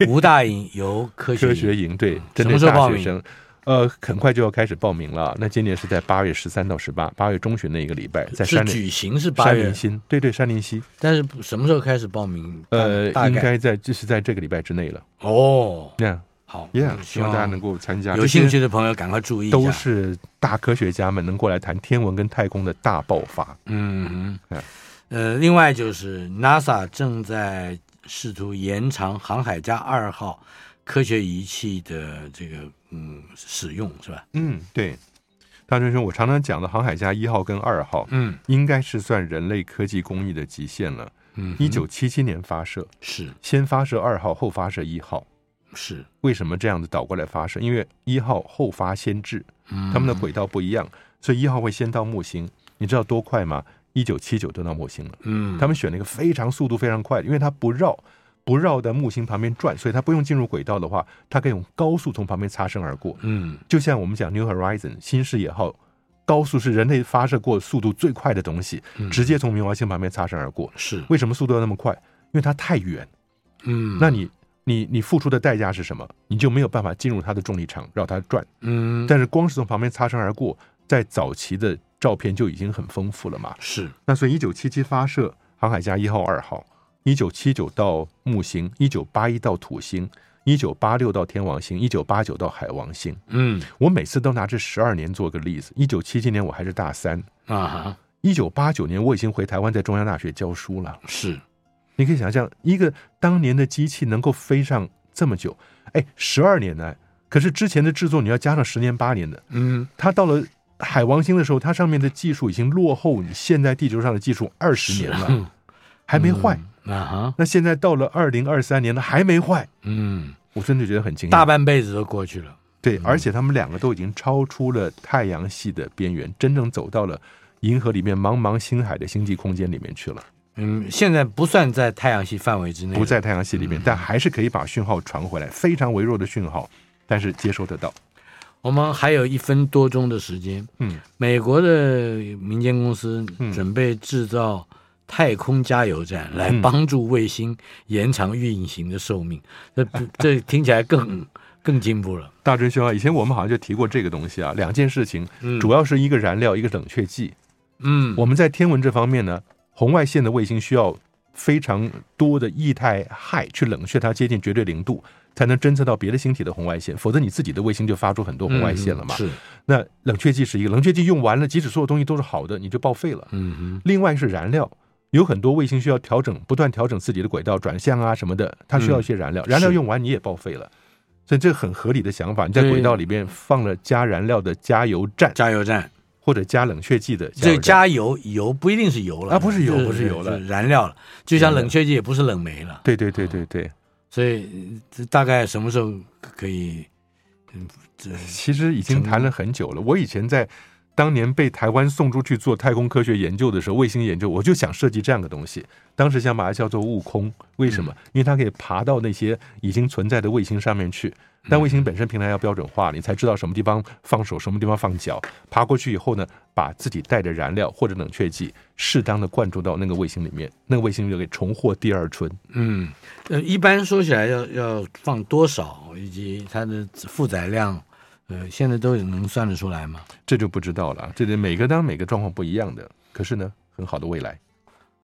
[SPEAKER 2] 吴大颖由科学嗯
[SPEAKER 3] 科学营对，针
[SPEAKER 2] 什
[SPEAKER 3] 对
[SPEAKER 2] 么时候
[SPEAKER 3] 大
[SPEAKER 2] 报
[SPEAKER 3] 学
[SPEAKER 2] 名
[SPEAKER 3] 生，呃，很快就要开始报名了。那今年是在八月十三到十八，八月中旬那一个礼拜，在
[SPEAKER 2] 是
[SPEAKER 3] 山林
[SPEAKER 2] 举行是八
[SPEAKER 3] 山林
[SPEAKER 2] 月，
[SPEAKER 3] 溪，对对，山林溪，
[SPEAKER 2] 但是什么时候开始报名？
[SPEAKER 3] 呃，
[SPEAKER 2] 大
[SPEAKER 3] 应
[SPEAKER 2] 概
[SPEAKER 3] 该在就是在这个礼拜之内了。
[SPEAKER 2] 哦，
[SPEAKER 3] 那样。
[SPEAKER 2] 好
[SPEAKER 3] Yeah，
[SPEAKER 2] 嗯
[SPEAKER 3] 希望大家能够参加。
[SPEAKER 2] 有兴趣，的朋友赶快注意一下，
[SPEAKER 3] 都是大科学家们能过来谈天文跟太空的大爆发。
[SPEAKER 2] 嗯哼
[SPEAKER 3] 嗯，
[SPEAKER 2] 呃，另外就是 NASA 正在试图延长航海家二号科学仪器的这个嗯使用，是吧？
[SPEAKER 3] 嗯，对。大春兄，我常常讲的航海家一号跟二号，
[SPEAKER 2] 嗯
[SPEAKER 3] 应该是算人类科技工艺的极限了。
[SPEAKER 2] 嗯，
[SPEAKER 3] 一九七七年发射，
[SPEAKER 2] 是
[SPEAKER 3] 先发射二号，后发射一号。
[SPEAKER 2] 是，
[SPEAKER 3] 为什么这样子倒过来发射？因为一号后发先至，
[SPEAKER 2] 嗯，
[SPEAKER 3] 他们的轨道不一样，所以一号会先到木星。你知道多快吗？一九七九就到木星了。
[SPEAKER 2] 嗯，
[SPEAKER 3] 他们选了一个非常速度非常快的，因为它不绕不绕在木星旁边转，所以它不用进入轨道的话，它可以用高速从旁边擦身而过。
[SPEAKER 2] 嗯
[SPEAKER 3] 就像我们讲 New Horizon 新视野号，高速是人类发射过速度最快的东西，
[SPEAKER 2] 嗯
[SPEAKER 3] 直接从冥王星旁边擦身而过。
[SPEAKER 2] 是
[SPEAKER 3] 为什么速度要那么快？因为它太远。
[SPEAKER 2] 嗯
[SPEAKER 3] 那你你你付出的代价是什么？你就没有办法进入它的重力场让它转。
[SPEAKER 2] 嗯，
[SPEAKER 3] 但是光是从旁边擦身而过，在早期的照片就已经很丰富了嘛。
[SPEAKER 2] 是
[SPEAKER 3] 那所以一九七七发射航海家一号、二号，一九七九到木星，一九八一到土星，一九八六到天王星，一九八九到海王星。
[SPEAKER 2] 嗯
[SPEAKER 3] 我每次都拿这十二年做个例子。一九七七年我还是大三，
[SPEAKER 2] 啊哈
[SPEAKER 3] 一九八九年我已经回台湾在中央大学教书了。
[SPEAKER 2] 是
[SPEAKER 3] 你可以想象，一个当年的机器能够飞上这么久，哎，十二年呢。可是之前的制作你要加上十年八年的，
[SPEAKER 2] 嗯
[SPEAKER 3] 它到了海王星的时候，它上面的技术已经落后你现在地球上的技术二十年了，还没坏。
[SPEAKER 2] 啊哈
[SPEAKER 3] 那现在到了二零二三年了，还没坏，
[SPEAKER 2] 嗯，
[SPEAKER 3] 我真的觉得很惊讶。
[SPEAKER 2] 大半辈子都过去了，
[SPEAKER 3] 对，而且他们两个都已经超出了太阳系的边缘，真正走到了银河里面茫茫星海的星际空间里面去了，
[SPEAKER 2] 嗯，现在不算在太阳系范围之内，
[SPEAKER 3] 不在太阳系里面，但还是可以把讯号传回来，非常微弱的讯号，但是接收得到。
[SPEAKER 2] 我们还有一分多钟的时间。
[SPEAKER 3] 嗯，
[SPEAKER 2] 美国的民间公司
[SPEAKER 3] 嗯
[SPEAKER 2] 准备制造太空加油站，来
[SPEAKER 3] 嗯
[SPEAKER 2] 帮助卫星延长运行的寿命。这 不这听起来更更进步了。
[SPEAKER 3] 大真兄啊，以前我们好像就提过这个东西啊，两件事情，
[SPEAKER 2] 嗯
[SPEAKER 3] 主要是一个燃料，一个冷却剂。
[SPEAKER 2] 嗯，
[SPEAKER 3] 我们在天文这方面呢，红外线的卫星需要非常多的液态氦去冷却它，接近绝对零度，才能侦测到别的星体的红外线，否则你自己的卫星就发出很多红外线了嘛。
[SPEAKER 2] 嗯是，
[SPEAKER 3] 那冷却剂是一个，冷却剂用完了，即使所有东西都是好的，你就报废了。
[SPEAKER 2] 嗯哼，
[SPEAKER 3] 另外是燃料，有很多卫星需要调整，不断调整自己的轨道转向啊什么的，它需要一些燃料，燃料用完你也报废了。所以这很合理的想法，你在
[SPEAKER 2] 对
[SPEAKER 3] 轨道里面放了加燃料的加油站，
[SPEAKER 2] 加油站，
[SPEAKER 3] 或者加冷却剂的加
[SPEAKER 2] 这
[SPEAKER 3] 油
[SPEAKER 2] 个
[SPEAKER 3] 站。
[SPEAKER 2] 加油油不一定是油了
[SPEAKER 3] 啊不是油
[SPEAKER 2] 就
[SPEAKER 3] 不是油了
[SPEAKER 2] 就燃料了，就像
[SPEAKER 3] 燃料
[SPEAKER 2] 冷却剂也不是冷媒了。
[SPEAKER 3] 对对对对对，
[SPEAKER 2] 所以这大概什么时候可以？嗯，这
[SPEAKER 3] 其实已经谈了很久了。我以前在当年被台湾送出去做太空科学研究的时候，卫星研究，我就想设计这样的东西。当时想把它叫做悟空，为什么？因为它可以爬到那些已经存在的卫星上面去。但卫星本身平台要标准化，你才知道什么地方放手，什么地方放脚。爬过去以后呢，把自己带的燃料或者冷却剂适当的灌注到那个卫星里面，那个卫星就给重获第二春。
[SPEAKER 2] 嗯，呃，一般说起来要要放多少，以及它的负载量，呃，现在都能算得出来吗？
[SPEAKER 3] 这就不知道了，这得每个当然每个状况不一样的。可是呢，很好的未来。